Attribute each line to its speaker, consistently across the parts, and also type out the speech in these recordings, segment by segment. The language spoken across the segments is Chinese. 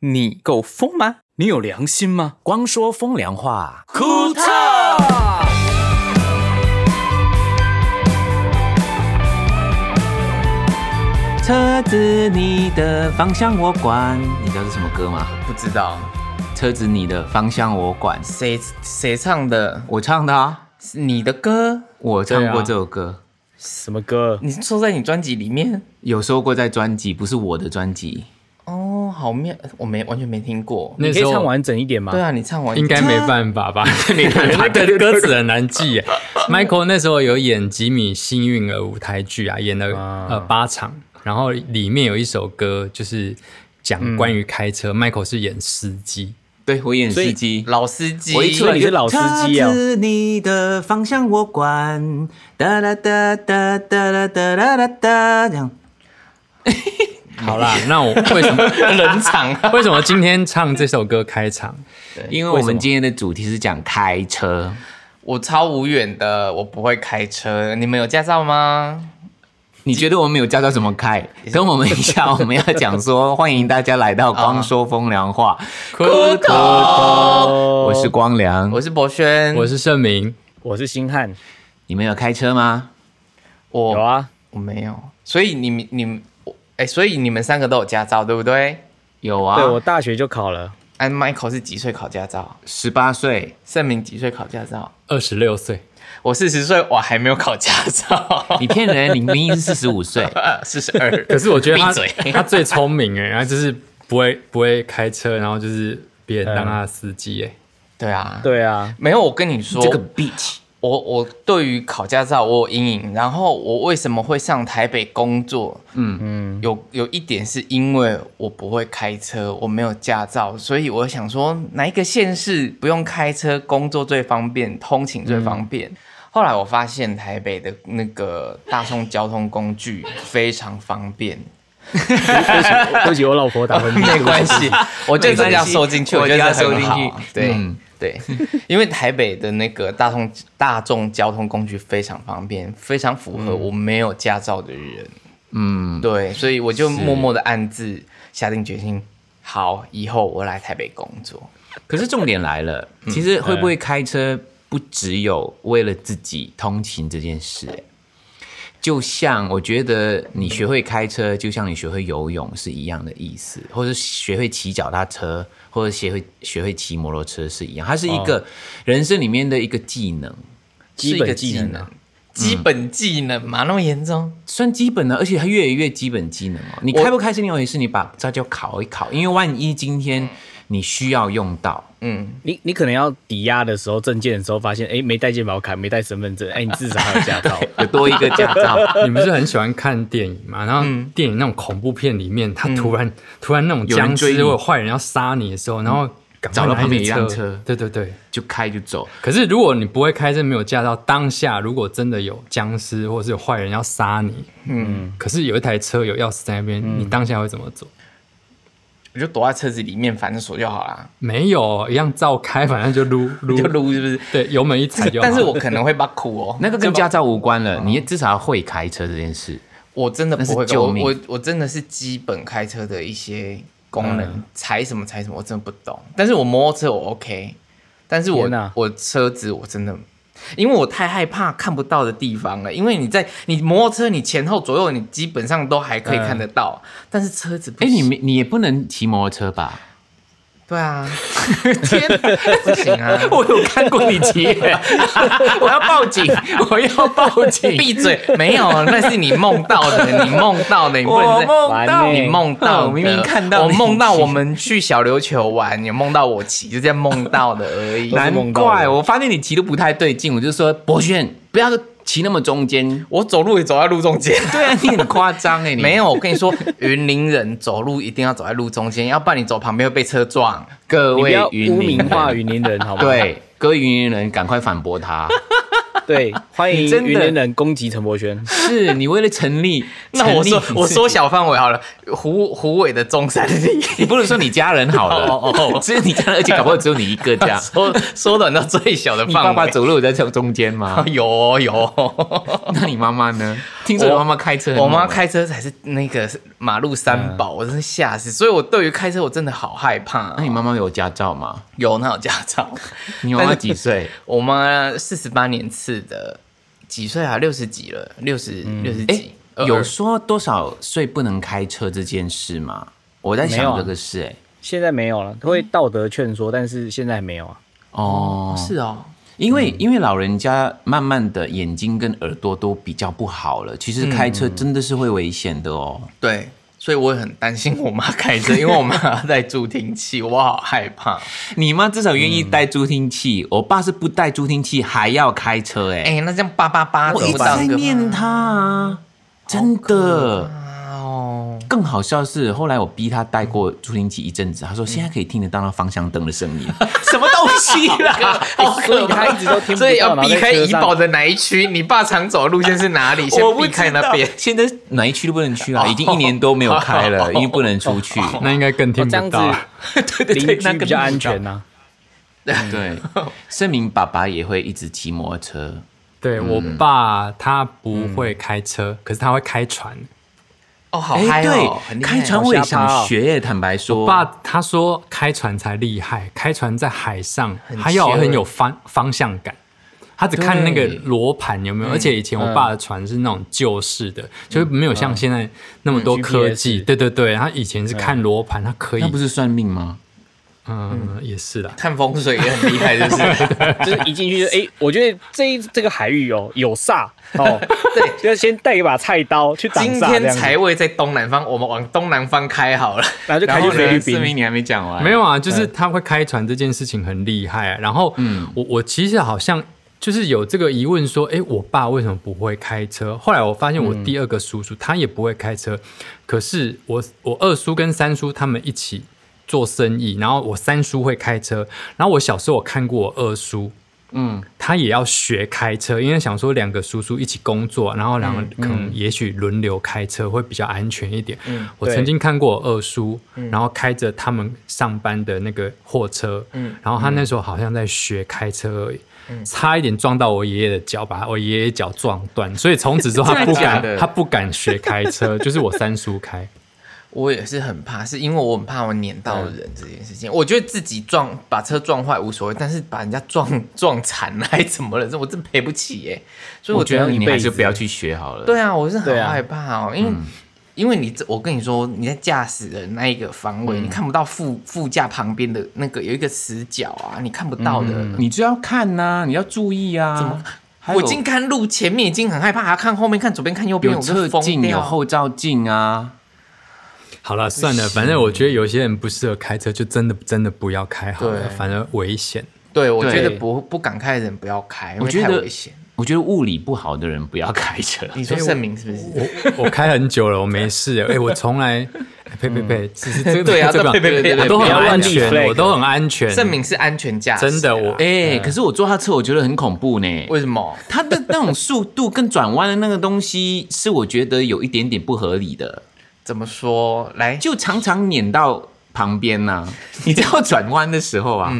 Speaker 1: 你够疯吗？你有良心吗？
Speaker 2: 光说风凉话，
Speaker 1: 库特。
Speaker 2: 车子你的方向我管，你知道是什么歌吗？
Speaker 3: 不知道
Speaker 2: 车子你的方向我管，
Speaker 3: 谁谁唱的，
Speaker 2: 我唱的啊，
Speaker 3: 是你的歌，
Speaker 2: 我唱
Speaker 4: 对
Speaker 2: 过
Speaker 4: 啊
Speaker 2: 这首歌，
Speaker 4: 什么歌？
Speaker 3: 你收在你专辑里面。
Speaker 2: 有收过在专辑，不是我的专辑。
Speaker 3: 哦，好妙，我没完全没听过。
Speaker 4: 你
Speaker 5: 那
Speaker 4: 可以
Speaker 5: 时候
Speaker 4: 唱完整一点吗？
Speaker 3: 对啊，你唱完
Speaker 5: 应该没办法吧？没办法，对歌词很难记耶。Michael 那时候有演吉米幸运儿舞台剧啊，演了、
Speaker 4: 啊
Speaker 5: 呃八场，然后里面有一首歌就是讲关于开车、m i c h a e l 是演司机，
Speaker 2: 对我演
Speaker 4: 所以
Speaker 2: 司机，
Speaker 3: 老司机，
Speaker 2: 我一出来
Speaker 4: 你是老司机啊
Speaker 2: 车子你的方向我管，哒啦哒哒哒啦哒啦哒哒，这样。
Speaker 5: 好啦， 那我为什么
Speaker 3: 冷场。
Speaker 5: 为什么今天唱这首歌开场？
Speaker 2: 因为我们今天的主题是讲开车，
Speaker 3: 我超无远的，我不会开车。你们有驾照吗？
Speaker 2: 你觉得我们有教到怎么开？ 跟我们一下，我们要讲说，欢迎大家来到光说风 凉话，
Speaker 4: 啊
Speaker 2: 我是光良
Speaker 3: 我，是博轩，
Speaker 5: 我是盛明，
Speaker 4: 我是星汉，
Speaker 2: 你们有开车吗？哦
Speaker 3: 我
Speaker 4: 有啊，
Speaker 3: 我没有。所以你们你们我哎、所以你们三个都有驾照对不对？
Speaker 2: 有
Speaker 4: 对我
Speaker 2: 啊，
Speaker 4: 大学就考了，
Speaker 3: 按 Michael 是几岁考驾照？
Speaker 2: 十八岁，
Speaker 3: 盛明几岁考驾照？
Speaker 5: 二十六岁，
Speaker 3: 我四十岁，我还没有考驾照，
Speaker 2: 你骗人，你明明是四十五 岁，
Speaker 3: 四十二。
Speaker 5: 可是我觉得他
Speaker 3: 闭嘴
Speaker 5: 他最聪明哎，然后就是不会不会开车，然后就是别人当他的司机哎。
Speaker 3: 对啊，
Speaker 4: 对啊，
Speaker 3: 没有，我跟你说，
Speaker 2: 这个 bitch，
Speaker 3: 我我对于考驾照我有阴影，然后我为什么会上台北工作？嗯嗯，有有一点是因为我不会开车，我没有驾照，所以我想说哪一个县市不用开车工作最方便，通勤最方便。后来我发现台北的那个大众交通工具非常方便，
Speaker 4: 对不起，我老婆打 喷
Speaker 3: 没
Speaker 4: 嚏。
Speaker 3: 关系，我就真的要收进去，
Speaker 2: 没
Speaker 3: 我
Speaker 2: 关
Speaker 3: 觉
Speaker 2: 系
Speaker 3: 得
Speaker 2: 我
Speaker 3: 很
Speaker 2: 一定要收进去
Speaker 3: 好对、
Speaker 2: 嗯
Speaker 3: 对， 因为台北的那个大众大众交通工具非常方便，非常符合我没有驾照的人。
Speaker 2: 嗯，
Speaker 3: 对，所以我就默默的暗自下定决心，好，以后我来台北工作。
Speaker 2: 可是重点来了，其实会不会开车不只有为了自己通勤这件事、欸就像我觉得你学会开车，就像你学会游泳是一样的意思，或者学会骑脚踏车，或者学会学会骑摩托车是一样，它是一个人生里面的一个技能，
Speaker 4: 基本技能啊
Speaker 3: 是一个技能。基本技能嘛，那么严重？
Speaker 2: 算基本的，而且它越来越基本技能哦。你开不开是另外一回事，你把驾照考一考，因为万一今天你需要用到，
Speaker 3: 嗯，
Speaker 4: 你你可能要抵押的时候，证件的时候发现，哎，没带健保卡，没带身份证，哎，你至少还有驾 照。
Speaker 2: 有多一个驾照。
Speaker 5: 你们是很喜欢看电影嘛？然后电影那种恐怖片里面，他突然、突然那种
Speaker 2: 有人
Speaker 5: 僵
Speaker 2: 追
Speaker 5: 尸
Speaker 2: 你
Speaker 5: 或者坏人要杀你的时候，然后赶快
Speaker 2: 找到旁
Speaker 5: 拿
Speaker 2: 边一
Speaker 5: 一
Speaker 2: 辆
Speaker 5: 辆
Speaker 2: 车
Speaker 5: 对对对。
Speaker 2: 就开就走，
Speaker 5: 可是如果你不会开车，没有驾照，当下如果真的有僵尸或者是有坏人要杀你，嗯，可是有一台车有钥匙在那边，你当下会怎么做？
Speaker 3: 我就躲在车子里面反锁就好啦，
Speaker 5: 没有，一样照开，反正就撸撸
Speaker 3: 就，撸是不是？
Speaker 5: 对，油门一嗯踩就好。
Speaker 3: 但是我可能会把苦哦，
Speaker 2: 那个跟驾照无关了，你至少要会开车这件事。
Speaker 3: 我真的不会
Speaker 2: 那是救
Speaker 3: 我
Speaker 2: 命
Speaker 3: 我我真的是基本开车的一些功
Speaker 2: 嗯
Speaker 3: 能，踩什么踩什么，我真的不懂。但是我摩托车我 OK，但是我
Speaker 4: 天哪
Speaker 3: 我车子我真的，因为我太害怕看不到的地方了。因为你在你摩托车，你前后左右你基本上都还可以看得到，但是车子不
Speaker 2: 哎、嗯你
Speaker 3: 行。
Speaker 2: 没你也不能骑摩托车吧？
Speaker 3: 对啊，天哪，不行啊！
Speaker 2: 我有看过你骑耶、 我要报警， 我要报警！
Speaker 3: 闭嘴，没有，那是你梦到的，你梦到的，你不能再。
Speaker 4: 梦到
Speaker 3: 你梦到的，
Speaker 2: 我明明看到
Speaker 3: 我
Speaker 2: 你
Speaker 3: 梦到我们去小琉球玩，有梦到我骑，就这样梦到的而已。
Speaker 4: 是
Speaker 2: 难
Speaker 4: 梦到的
Speaker 2: 怪我发现你骑的不太对劲，我就说博轩不要骑那么中间。
Speaker 3: 我走路也走在路中间。
Speaker 2: 对啊，你很夸张哎，你
Speaker 3: 没有，我跟你说，云林人走路一定要走在路中间，要不然你走旁边会被车撞。
Speaker 2: 各
Speaker 4: 你不
Speaker 2: 位
Speaker 4: 要
Speaker 2: 云
Speaker 4: 污
Speaker 2: 林
Speaker 4: 名化
Speaker 2: 人， 啊
Speaker 4: 云林人，好吗？，
Speaker 2: 对各位云林人，赶快反驳他。
Speaker 4: 对，欢迎
Speaker 2: 你真的
Speaker 4: 云林人攻击陈柏轩。
Speaker 2: 是你为了成立，
Speaker 3: 那我
Speaker 2: 成立
Speaker 3: 说
Speaker 2: 你自己
Speaker 3: 我缩小范围好了，虎虎尾的中山力，。
Speaker 2: 你不能说你家人好 了，只有你家人，而且搞不好只有你一个这样
Speaker 3: 哦 缩缩短到最小的
Speaker 2: 你爸
Speaker 3: 范
Speaker 2: 爸
Speaker 3: 围。？
Speaker 2: 走路在中中间 吗
Speaker 3: 有哦有哦，
Speaker 2: 那你妈妈呢？听说你妈妈开车很
Speaker 3: 我
Speaker 2: 猛欸，
Speaker 3: 妈嗯开车才是那个马路三宝，我真是吓死。所以我对于开车我真的好害怕哦、
Speaker 2: 那你妈妈有驾照吗？
Speaker 3: 有那有驾照？
Speaker 2: 你妈妈几岁？
Speaker 3: 我妈四十八年次的，几岁啊？六十几了，六十六十
Speaker 2: 哎
Speaker 3: 几。呃
Speaker 2: 有说多少岁不能开车这件事吗？我在
Speaker 4: 没有
Speaker 2: 想
Speaker 4: 啊
Speaker 2: 这个事，哎，
Speaker 4: 现在没有了，会道德劝说，但是现在还没有啊。
Speaker 2: 哦，
Speaker 3: 是哦，
Speaker 2: 因为因为老人家慢慢的眼睛跟耳朵都比较不好了，其实开
Speaker 3: 嗯
Speaker 2: 车真的是会危险的哦。
Speaker 3: 对，所以我也很担心我妈开 车，因为我妈在助听器，我好害怕。
Speaker 2: 你妈至少愿意
Speaker 3: 嗯
Speaker 2: 带助听器，我爸是不带助听器还要开车，哎，
Speaker 3: 哎、那这样八八八
Speaker 2: 我
Speaker 3: 怎
Speaker 2: 一直
Speaker 3: 么办
Speaker 2: 在？念他啊，真的。
Speaker 3: 哦，
Speaker 2: 更好笑的是，后来我逼他带过助听器一阵子，他说现在可以听得到那方向灯的声 音，什么东西啦？
Speaker 3: 好
Speaker 4: 所以
Speaker 3: 可怕！
Speaker 4: 他一直都听不到。
Speaker 3: 所以要
Speaker 4: 然后
Speaker 3: 避
Speaker 4: 在
Speaker 3: 开
Speaker 4: 车
Speaker 3: 怡
Speaker 4: 上
Speaker 3: 宝的哪一区？你爸常走的路线是哪 里？先
Speaker 2: 我不
Speaker 3: 避开那边
Speaker 2: 知道。现在哪一区都不能去啊，已经一年多没有开 了，因为不能出 去。
Speaker 5: 那应该更听
Speaker 4: 哦这
Speaker 5: 不
Speaker 4: 样
Speaker 5: 到。啊
Speaker 4: 子邻居比较安全
Speaker 3: 啊
Speaker 4: 啊呐、
Speaker 2: 对，盛明爸爸也会一直骑摩托车，
Speaker 5: 对我爸他不会开车，可是他会开船。
Speaker 3: 哦，好
Speaker 2: 哎
Speaker 3: 嗨哦，
Speaker 2: 对，
Speaker 3: 很厉害
Speaker 2: 开船我也想学耶，坦白说，
Speaker 5: 爸他说开船才厉害，开船在海上，
Speaker 3: 很
Speaker 5: 他要
Speaker 3: chill
Speaker 5: 很有方方向感。他只看那个罗盘有没
Speaker 2: 嗯
Speaker 5: 有，而且以前我爸的船是那种旧式的，就是没有像现在那么多
Speaker 2: 嗯
Speaker 5: 科技。
Speaker 4: GPS
Speaker 5: 对对对，他以前是看罗盘，他可以
Speaker 2: 那，不是算命吗？
Speaker 5: 嗯，也是啦。
Speaker 3: 看风水也很厉害， 就是
Speaker 4: 就是一进去就哎、我觉得这一这个海域哦有煞哦，对，就先带一把菜刀去挡
Speaker 3: 今
Speaker 4: 煞这
Speaker 3: 天
Speaker 4: 样子，
Speaker 3: 财位在东南方，我们往东南方开好了。
Speaker 4: 然后就开
Speaker 2: 然
Speaker 4: 去
Speaker 2: 后
Speaker 4: 菲律
Speaker 2: 呢，盛
Speaker 4: 宾。
Speaker 2: 明你还没讲完，
Speaker 5: 没有啊，就是他会开船这件事情很厉害、啊然后，我我其实好像就是有这个疑问说，诶，我爸为什么不会开车？后来我发现我第二个叔叔、他也不会开车，可是我我二叔跟三叔他们一起做生意，然后我三叔会开车，然后我小时候我看过我二叔，他也要学开车，因为想说两个叔叔一起工作，然后两
Speaker 2: 嗯
Speaker 5: 个可能也许轮流开车会比较安全一点。
Speaker 2: 嗯
Speaker 5: 我曾经看过我二叔，然后开着他们上班的那个货车，
Speaker 2: 嗯
Speaker 5: 然后他那时候好像在学开车而已。差一点撞到我爷爷的脚，把我爷爷脚撞断，所以从此之后他不
Speaker 2: 真的假的
Speaker 5: 敢，他不敢学开车， 就是我三叔开。
Speaker 3: 我也是很怕，是因为我很怕我碾到人这件事情。我觉得自己撞把车撞坏无所谓，但是把人家撞撞残了还怎么了？这我真赔不起耶、所以
Speaker 2: 我
Speaker 3: 我觉
Speaker 2: 觉
Speaker 3: 得
Speaker 2: 得
Speaker 4: 一
Speaker 2: 你
Speaker 4: 辈
Speaker 2: 还
Speaker 4: 子
Speaker 2: 是不要去学好了。
Speaker 3: 对啊，我是很
Speaker 4: 对啊
Speaker 3: 害怕哦，因
Speaker 2: 嗯
Speaker 3: 为、因为你这，我跟你说，你在驾驶的那一个方
Speaker 2: 嗯
Speaker 3: 位，你看不到副副驾旁边的那个有一个死角啊，你看不到的。
Speaker 2: 你就要看呐、你要注意啊。怎么？
Speaker 3: 我已经看路前面已经很害怕，还看后面看左边看右边，
Speaker 2: 有
Speaker 3: 我就
Speaker 2: 侧
Speaker 3: 疯
Speaker 2: 镜，
Speaker 3: 掉
Speaker 2: 有后照镜啊。
Speaker 5: 好了，算了，反正我觉得有些人不适合开车，就真的真的不要开好了，
Speaker 3: 对
Speaker 5: 反而危险。
Speaker 3: 对，我
Speaker 2: 对
Speaker 3: 觉得不不敢开的人不要开，因
Speaker 2: 我
Speaker 3: 为
Speaker 2: 觉
Speaker 3: 太
Speaker 2: 得哎
Speaker 3: 危险。，
Speaker 2: 我觉得物理不好的人不要开车。
Speaker 3: 你说盛明是不是？
Speaker 5: 我我开很久了，我没事。 哎、我从来，哎呸呸呸，只是这个
Speaker 3: 对啊
Speaker 5: 这个
Speaker 3: 对对对对
Speaker 5: 我都很
Speaker 4: 不要乱
Speaker 5: 安
Speaker 4: 立 flag
Speaker 5: 全，我都很安全。
Speaker 3: 盛明是安全驾驶啊，
Speaker 5: 真的我
Speaker 2: 哎、可是我坐他车，我觉得很恐怖呢。
Speaker 3: 为什么？
Speaker 2: 他的那种速度跟转弯的那个东西，是我觉得有一点点不合理的，
Speaker 3: 怎么说？来，
Speaker 2: 就常常碾到旁边 呐、你知道转弯的时候啊，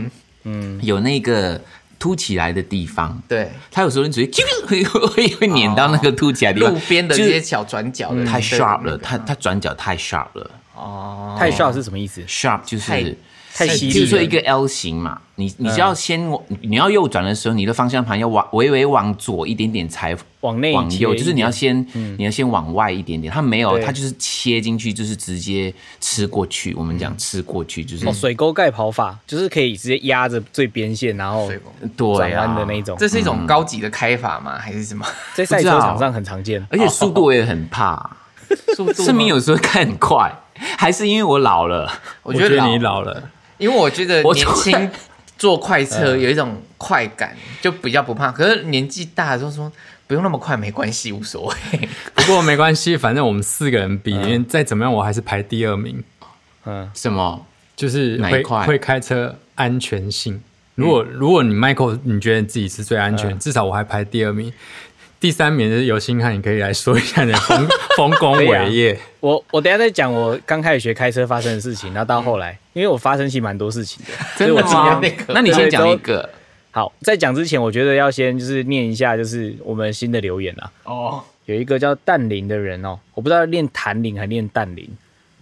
Speaker 2: 嗯，有那个凸起来的地方，
Speaker 3: 对
Speaker 2: 他有时候你直接会 会会碾到那个凸起来的地方，
Speaker 3: 路边的
Speaker 2: 就
Speaker 3: 这
Speaker 2: 是
Speaker 3: 些小转角的
Speaker 2: 太 sharp 了，
Speaker 3: 太
Speaker 2: 他他转角太 sharp 了
Speaker 3: 哦，
Speaker 4: 太 s h 是什么意思？
Speaker 2: ，sharp 就
Speaker 3: 太嗯
Speaker 2: 是
Speaker 4: 太犀
Speaker 2: 就是
Speaker 4: 利
Speaker 2: 说
Speaker 4: 了
Speaker 2: 一个 L 型嘛，你你只要先、你要右转的时候，你的方向盘要往微微往左一点点才
Speaker 4: 往内
Speaker 2: 往
Speaker 4: 切
Speaker 2: 右，
Speaker 4: 一嗯
Speaker 2: 就是你要先、你要先往外一点点，它没有，
Speaker 4: 对
Speaker 2: 它就是切进去，就是直接吃过去。我们讲吃过去就是、
Speaker 4: 哦，水沟盖跑法就是可以直接压着最边线，然后
Speaker 3: 水沟
Speaker 2: 对
Speaker 4: 转
Speaker 2: 啊
Speaker 4: 弯的那种。
Speaker 3: 这是一种高级的开法吗？还是什么？
Speaker 4: 在赛车场上很常见。哦
Speaker 2: 而且速度我也很
Speaker 3: 哦
Speaker 2: 怕，
Speaker 3: 速度吗
Speaker 2: 盛明有时候开很快，还是因为我老了。
Speaker 5: 我
Speaker 3: 我觉
Speaker 5: 觉得
Speaker 3: 得老嗯
Speaker 5: 你老了，
Speaker 3: 因为我觉得
Speaker 2: 我
Speaker 3: 年轻 坐快车有一种快感，就比较不怕。可是年纪大的时候说不用那么快没关系，无所谓。
Speaker 5: 不过没关系，反正我们四个人比，因
Speaker 3: 嗯
Speaker 5: 为再怎么样我还是排第二名，
Speaker 4: 嗯，
Speaker 2: 什么？
Speaker 5: 就是
Speaker 2: 哪一
Speaker 5: 会
Speaker 2: 块
Speaker 3: 嗯
Speaker 5: 会开车安全性。如果如果你 Michael 你觉得自己是最安全，至少我还排第二名。第三名是有星汉，你可以来说一下你的丰 丰功伟
Speaker 3: 啊
Speaker 5: 业。
Speaker 4: 我我等一下再讲我刚开始学开车发生的事情，然后到后来，因为我发生其实蛮多事情的，所以我尽量
Speaker 3: 那个
Speaker 2: 那你先讲
Speaker 4: 对
Speaker 2: 一
Speaker 4: 都
Speaker 2: 个
Speaker 4: 好，在讲之前，我觉得要先就是念一下，就是我们新的留言啊。
Speaker 3: 哦，
Speaker 4: 有一个叫蛋林的人哦，我不知道念谭林还念蛋林。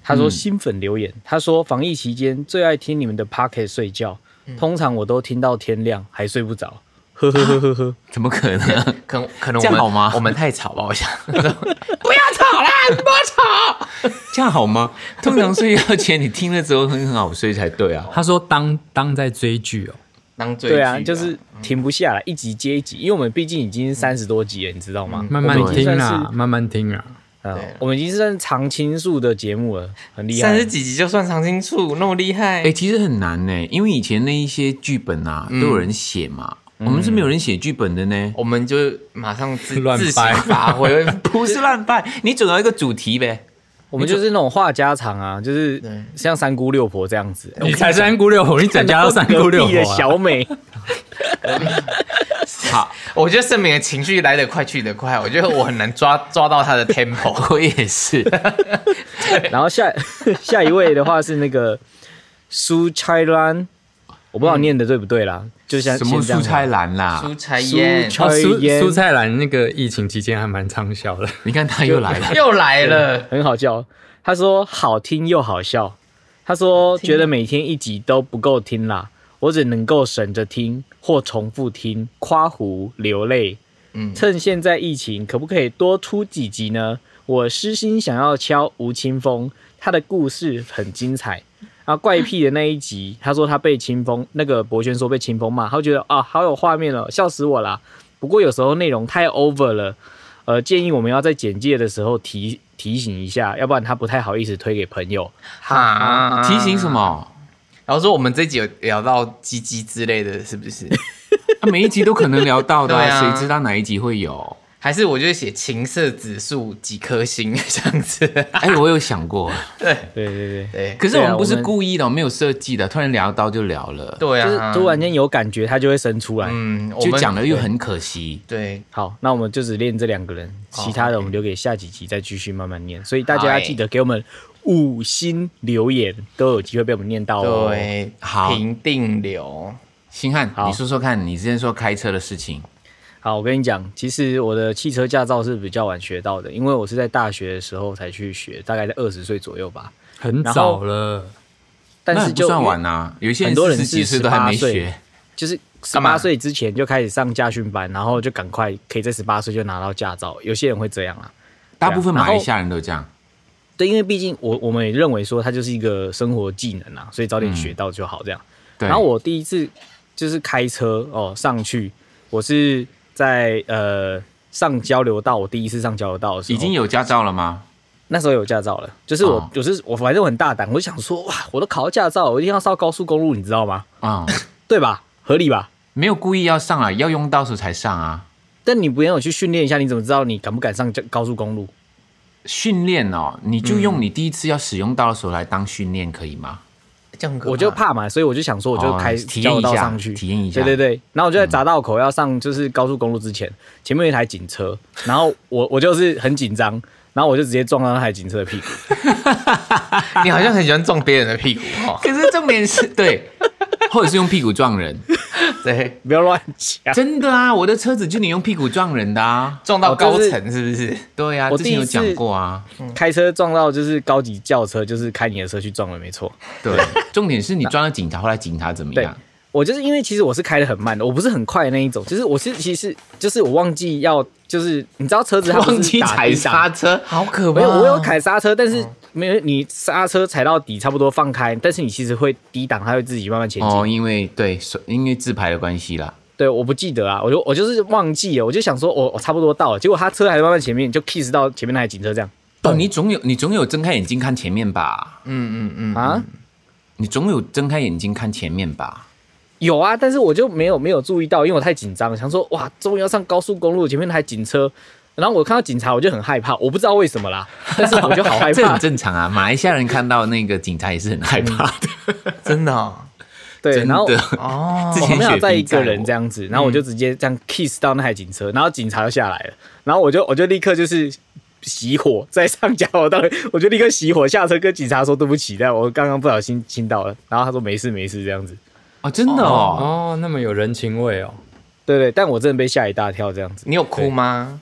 Speaker 4: 他
Speaker 5: 嗯
Speaker 4: 说新粉留言，他说防疫期间最爱听你们的 Pocket 睡觉，
Speaker 5: 嗯
Speaker 4: 通常我都听到天亮还睡不 着，呵呵呵呵呵。
Speaker 2: 怎么可能？
Speaker 3: 可能可能
Speaker 2: 这
Speaker 3: 我
Speaker 2: 样
Speaker 3: 们
Speaker 2: 好吗
Speaker 3: 我们太吵吧，我想 不要吵啦，不要吵。
Speaker 2: 这样好吗？通常睡觉前你听了之后很好睡才 对啊。
Speaker 5: 他说当当在追剧哦，
Speaker 3: 当最
Speaker 4: 对
Speaker 3: 具
Speaker 5: 嗯
Speaker 4: 啊，就是停不下来，一集接一集，因为我们毕竟已经三十多集了，你知道吗？
Speaker 5: 嗯慢慢
Speaker 4: 我们已经
Speaker 5: 听
Speaker 4: 算
Speaker 5: 啦，
Speaker 4: 是，
Speaker 5: 慢慢听啊啦。
Speaker 4: 嗯
Speaker 3: 对，
Speaker 4: 我们已经算是常青树的节目了，很厉害。
Speaker 3: 三十几集就算常青树，那么厉害。
Speaker 2: 哎、其实很难呢，因为以前那一些剧本啊，都有人写嘛，我们是没有人写剧本的呢。
Speaker 3: 我们就马上自
Speaker 5: 乱
Speaker 3: 自行
Speaker 5: 掰
Speaker 3: 发挥，
Speaker 2: 不是乱办，你总要一个主题呗。
Speaker 4: 我们就是那种话家常啊，就是像三姑六婆这样 子。
Speaker 5: 你才三姑六婆，你整家都三姑六
Speaker 4: 隔壁的
Speaker 5: 婆、啊。
Speaker 4: 小美，
Speaker 2: 好，
Speaker 3: 我觉得盛敏的情绪来得快去得快，我觉得我很难抓抓到他的 tempo。
Speaker 2: 我 也是。
Speaker 4: 然后下 下一位的话是那个苏拆兰，我不知
Speaker 5: 嗯
Speaker 4: 道念的对不对啦，就像
Speaker 2: 什么
Speaker 4: 现在
Speaker 2: 蔬菜篮啦？
Speaker 3: 蔬菜烟
Speaker 4: 蔬
Speaker 5: 哦，蔬
Speaker 4: 抽烟
Speaker 5: 蔬菜篮那个疫情期间还蛮畅销的，
Speaker 2: 你看他又 来了。
Speaker 3: 又来了，
Speaker 4: 很好笑。他说好听又好笑，他说觉得每天一集都不够听啦，我只能够省着听或重复听，夸胡流泪。
Speaker 3: 嗯
Speaker 4: 趁现在疫情，可不可以多出几集呢？我私心想要敲吴青峰，他的故事很精彩。啊，怪癖的那一集，他说他被清风，那个博轩说被清风骂，他就觉得啊，好有画面哦，笑死我啦。不过有时候内容太 over 了，呃，建议我们要在简介的时候提提醒一下，要不然他不太好意思推给朋友。
Speaker 3: 哈
Speaker 2: 提醒什？么？啊
Speaker 3: 然后说我们这集有聊到鸡鸡之类的，是 不是？
Speaker 2: 他每一集都可能聊到的、
Speaker 3: 对啊
Speaker 2: 谁知道哪一集会有？
Speaker 3: 还是我就写情色指数几颗星这样子？
Speaker 2: 哎、我有想过，
Speaker 4: 对对 对，
Speaker 3: 对
Speaker 2: 可是我
Speaker 4: 对啊
Speaker 2: 们不
Speaker 4: 我
Speaker 2: 是
Speaker 4: 们
Speaker 2: 故意的，没有设计的，突然聊到就聊了，
Speaker 3: 对
Speaker 4: 就是
Speaker 3: 啊，
Speaker 4: 突然间有感觉，他就会生出来。
Speaker 3: 嗯，我
Speaker 2: 就
Speaker 3: 们
Speaker 2: 讲了又很可惜。
Speaker 3: 对，
Speaker 4: 好，那我们就只练这两个人，其他的我们留给下几集再继续慢慢念。所以大家
Speaker 3: 好
Speaker 4: 要
Speaker 3: 欸
Speaker 4: 记得给我们五星留言，都有机会被我们念到哦。
Speaker 3: 对，
Speaker 2: 好
Speaker 3: 评定流，
Speaker 2: 星汉，
Speaker 4: 好
Speaker 2: 你说说看，你之前说开车的事情，
Speaker 4: 好，我跟你讲，其实我的汽车驾照是比较晚学到的，因为我是在大学的时候才去学，大概在二十岁左右吧。
Speaker 5: 很早了。
Speaker 4: 但
Speaker 2: 那
Speaker 4: 是
Speaker 2: 也
Speaker 4: 就
Speaker 2: 不算晚啊，有一些
Speaker 4: 很多人
Speaker 2: 四十几
Speaker 4: 是
Speaker 2: 岁都还没
Speaker 4: 18岁
Speaker 2: 学。
Speaker 4: 就是十
Speaker 3: 干嘛
Speaker 4: 八岁之前就开始上驾训班，然后就赶快可以在十八岁就拿到驾照。有些人会这样啊，
Speaker 2: 大部分
Speaker 4: 对啊
Speaker 2: 马
Speaker 4: 然后
Speaker 2: 来西亚人都这样，
Speaker 4: 对，因为毕竟我我们也认为说它就是一个生活技能啊，所以早点学到就好这样。
Speaker 2: 嗯对，
Speaker 4: 然后我第一次就是开车哦上去，我是在呃上交流道，我第一次上交流道的时候
Speaker 2: 已经有驾照 了吗？
Speaker 4: 那时候有驾照了，就是我、
Speaker 2: 哦
Speaker 4: 我是我反正我很大胆，我就想说哇，我都考到驾照，我一定要上高速公路，你知道吗？
Speaker 2: 啊、
Speaker 4: 对吧？合理吧？
Speaker 2: 没有故意要上啊，要用到时候才上啊。
Speaker 4: 但你不要有去训练一下，你怎么知道你敢不敢上高速公路？
Speaker 2: 训练哦，你就
Speaker 4: 嗯
Speaker 2: 用你第一次要使用到的时候来当训练，可以吗？
Speaker 3: 这样很可怕
Speaker 4: 我就怕嘛，所以我就想说，我就
Speaker 2: 啊哦
Speaker 4: 开
Speaker 2: 体
Speaker 4: 交流
Speaker 2: 验一
Speaker 4: 道
Speaker 2: 下
Speaker 4: 上去，
Speaker 2: 体验一下嗯
Speaker 4: 对对对，然后我就在匝道口要上就是高速公路之前，前面有一台警车，然后我 我就是很紧张，然后我就直接撞到那台警车的屁股。
Speaker 3: 你好像很喜欢撞别人的屁股 哦。
Speaker 2: 可是重点是 对，或者是用屁股撞人，
Speaker 3: 对，
Speaker 4: 不要乱讲。
Speaker 2: 真的啊，我的车子就你用屁股撞人的啊。
Speaker 3: 撞到
Speaker 4: 哦就
Speaker 3: 高
Speaker 4: 是
Speaker 3: 层是不是？
Speaker 2: 对啊，
Speaker 4: 我
Speaker 2: 之
Speaker 4: 第
Speaker 2: 前
Speaker 4: 一
Speaker 2: 有
Speaker 4: 次
Speaker 2: 讲过啊。
Speaker 4: 开车撞到就是高级轿车，就是开你的车去撞了，没错。
Speaker 2: 对，重点是 你撞到警察，后来警察怎么
Speaker 4: 对
Speaker 2: 样？，
Speaker 4: 我就是因为其实我是开的很慢的，我不是很快的那一种，就是我是其实就是我忘记要就是你知道车子它不是
Speaker 2: 忘记
Speaker 4: 打
Speaker 2: 踩
Speaker 4: 低档
Speaker 2: 刹车，
Speaker 3: 好可怕
Speaker 4: 没
Speaker 3: 哦！
Speaker 4: 有，我有踩刹车，但是
Speaker 2: 哦
Speaker 4: 没有你刹车踩到底，差不多放开，但是你其实会低档，它会自己慢慢前进。
Speaker 2: 哦，因为对，所因为自排的关系啦。
Speaker 4: 对，我不记得啊，我就我就是忘记了，我就想说哦我我差不多到了，结果他车还慢慢前面就 kiss 到前面那台警车这样
Speaker 2: 哦，你总有你总有睁开眼睛看前面吧？
Speaker 3: 嗯嗯嗯，
Speaker 4: 啊。
Speaker 2: 你总有睁开眼睛看前面吧？
Speaker 4: 有啊，但是我就没有没有注意到，因为我太紧张了，想说哇，终于要上高速公路，前面那台警车，然后我看到警察，我就很害怕，我不知道为什么啦，但是我就 好害
Speaker 2: 这
Speaker 4: 怕
Speaker 2: 很。正常啊，马来西亚人看到那个警察也是很害怕的。
Speaker 3: 真的哦，
Speaker 4: 嗯对，
Speaker 2: 真
Speaker 4: 然后
Speaker 2: 的。
Speaker 3: 哦
Speaker 2: 之
Speaker 4: 我
Speaker 2: 前
Speaker 4: 没有
Speaker 2: 雪
Speaker 4: 载一
Speaker 2: 碧载
Speaker 4: 个人
Speaker 2: 我
Speaker 4: 这样
Speaker 5: 哦
Speaker 4: 子，然后我
Speaker 5: 嗯
Speaker 4: 就直接这样 kiss 到那台警车，然后警察就下来了，然后我就我就立刻就是熄火，在上交流道，我就立刻熄火下车跟警察说对不起，但我刚刚不小心亲到了，然后他说没事没事这样子，
Speaker 2: 哦，真的哦，
Speaker 5: 哦，那么有人情味哦。
Speaker 4: 对对，但我真的被吓一大跳这样子，
Speaker 3: 你有哭吗？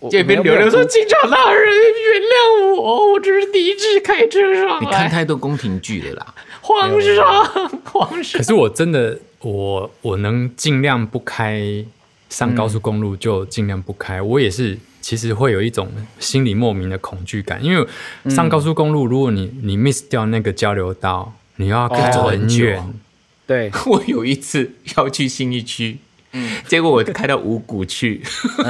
Speaker 4: 我
Speaker 3: 这
Speaker 4: 流
Speaker 3: 边留
Speaker 4: 流
Speaker 3: 流说：“警察大人，原谅我，我只是第一次开车上
Speaker 2: 你看
Speaker 3: 来。
Speaker 2: 太多宫廷剧了啦。
Speaker 4: 哎
Speaker 3: 皇上，皇上
Speaker 5: 可，是我真的，我我能尽量不开上高速公路就尽量不开。我也是，其实会有一种心里莫名的恐惧感，因为上高速公路，如果你你 miss 掉那个交流道，你要开
Speaker 2: 走很
Speaker 5: 很
Speaker 2: 久
Speaker 5: 远。
Speaker 4: 对，
Speaker 2: 我有一次要去信义区，
Speaker 4: 嗯
Speaker 2: 结果我开到五谷去，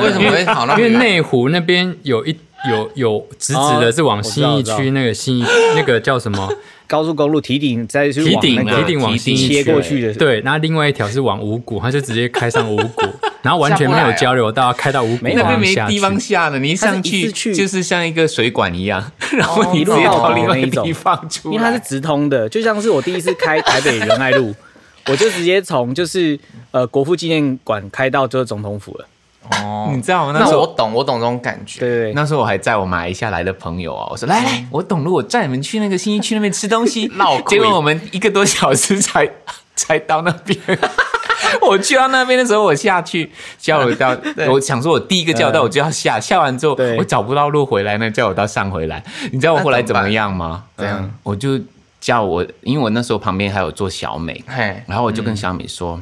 Speaker 3: 为什么会跑那么
Speaker 5: 因为
Speaker 3: 远？
Speaker 5: 内湖那边有一有有直直的是往新
Speaker 4: 我
Speaker 5: 义
Speaker 4: 知道
Speaker 5: 区那个新义那个叫什么
Speaker 4: 高速公路提顶再去
Speaker 5: 提
Speaker 4: 往
Speaker 5: 顶
Speaker 4: 那
Speaker 2: 啊
Speaker 4: 个
Speaker 5: 提顶往新义
Speaker 4: 切
Speaker 5: 区
Speaker 4: 过去的，
Speaker 5: 对，那另外一条是往五谷，它就直接开上五谷，然后完全没有交流道，开到五谷
Speaker 4: 没有
Speaker 2: 那
Speaker 5: 方
Speaker 2: 边
Speaker 5: 向下
Speaker 2: 没地
Speaker 5: 去
Speaker 2: 方下了，你一上
Speaker 4: 它是一
Speaker 2: 去
Speaker 4: 次去
Speaker 2: 就是像一个水管一样，然后你
Speaker 4: 一
Speaker 2: 直
Speaker 4: 路
Speaker 2: 接
Speaker 4: 到
Speaker 2: 到
Speaker 4: 头
Speaker 2: 另外
Speaker 4: 那一种
Speaker 2: 地方出
Speaker 4: 因
Speaker 2: 来，
Speaker 4: 为它是直通的，就像是我第一次开台北仁爱路，我就直接从就是呃国父纪念馆开到就是总统府了。
Speaker 3: 哦
Speaker 2: 你，知道吗？那
Speaker 3: 那
Speaker 2: 时
Speaker 3: 我
Speaker 2: 候。
Speaker 3: 懂，我懂这种感觉。
Speaker 4: 对对对，
Speaker 2: 那时候我还载我马来西亚来的朋友啊，我说来来，我懂了，我载你们去那个新义区那边吃东西，
Speaker 3: 闹鬼
Speaker 2: 结果我们一个多小时才 才到那边。 我去到那边的时候，我下去交流道，我想说，我第一个交流道我就要下，下完之后
Speaker 4: 对
Speaker 2: 我找不到路回来呢，交流道上回来。你知道我后来怎么样吗？
Speaker 3: 那怎么办怎样
Speaker 2: 嗯我就叫我，因为我那时候旁边还有坐小美，
Speaker 3: 嘿，
Speaker 2: 然后我就
Speaker 3: 嗯
Speaker 2: 跟小美说：“